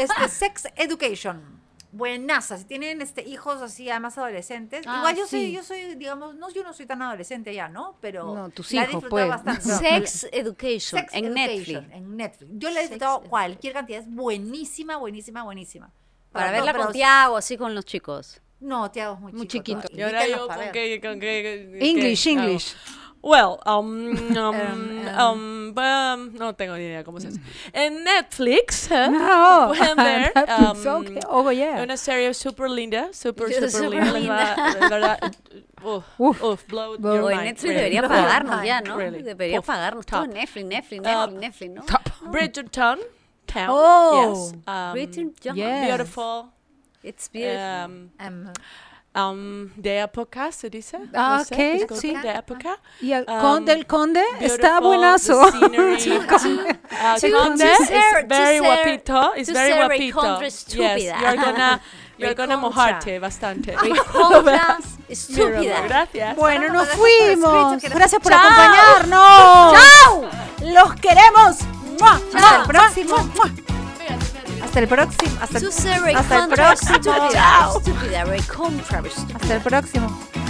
este, Sex Education. Buenaza, si tienen este, hijos así, además adolescentes. Ah, Igual yo soy, sí. yo soy, digamos, no, yo no soy tan adolescente ya, ¿no? Pero No, tus la he hijos, disfrutado pues. bastante. Sex Education Sex en Education, Netflix. En Netflix. Yo la he Sex disfrutado Education. cualquier cantidad, es buenísima, buenísima, buenísima. Para no, verla pero- con Tiago, así con los chicos. No, Tiago es muy, Muy chico chiquito. todavía. Y ahora Invítanos yo para con ver. qué, con qué, qué- English, qué hago. English. Well, um, um, um, um, um, no tengo ni idea cómo se hace. En Netflix ¿eh? No. pueden ver Netflix, um, ok. Oh, yeah. una serie super linda, super, Yo super, súper linda. les va- de verdad, uf, Uf. uf, blow Blow. your O en mind, Netflix really. debería No, pagarnos no, ya, ¿no? really. Debería Uf, pagarnos top. todo. Netflix, Netflix, Ah, Netflix, Netflix, ¿no? Bridgerton, town, Oh. yes, um, Bridgerton. yes. beautiful, It's beautiful. um, Um, um, de época se dice, Ah, no sé, ok, disculpen, sí. de época. Y el um, conde, el conde está beautiful, the buenazo. scenery. Uh, To- Conde to is ser- to very ser- guapito. It's to very ser guapito. recontra Yes, estúpida. you're gonna, you're Recontra. gonna mojarte bastante. Contra Mira, estúpida. Gracias. Bueno, nos gracias por escrito, fuimos. que nos- Gracias por ¡Chao! acompañarnos. ¡Chao! Los queremos. ¡Mua! Hasta el ¡Mua! próximo. ¡Mua! Hasta el próximo. Hasta el, To ser hasta el recontra próximo. estúpida. Estúpida, recontra estúpida. Hasta el próximo.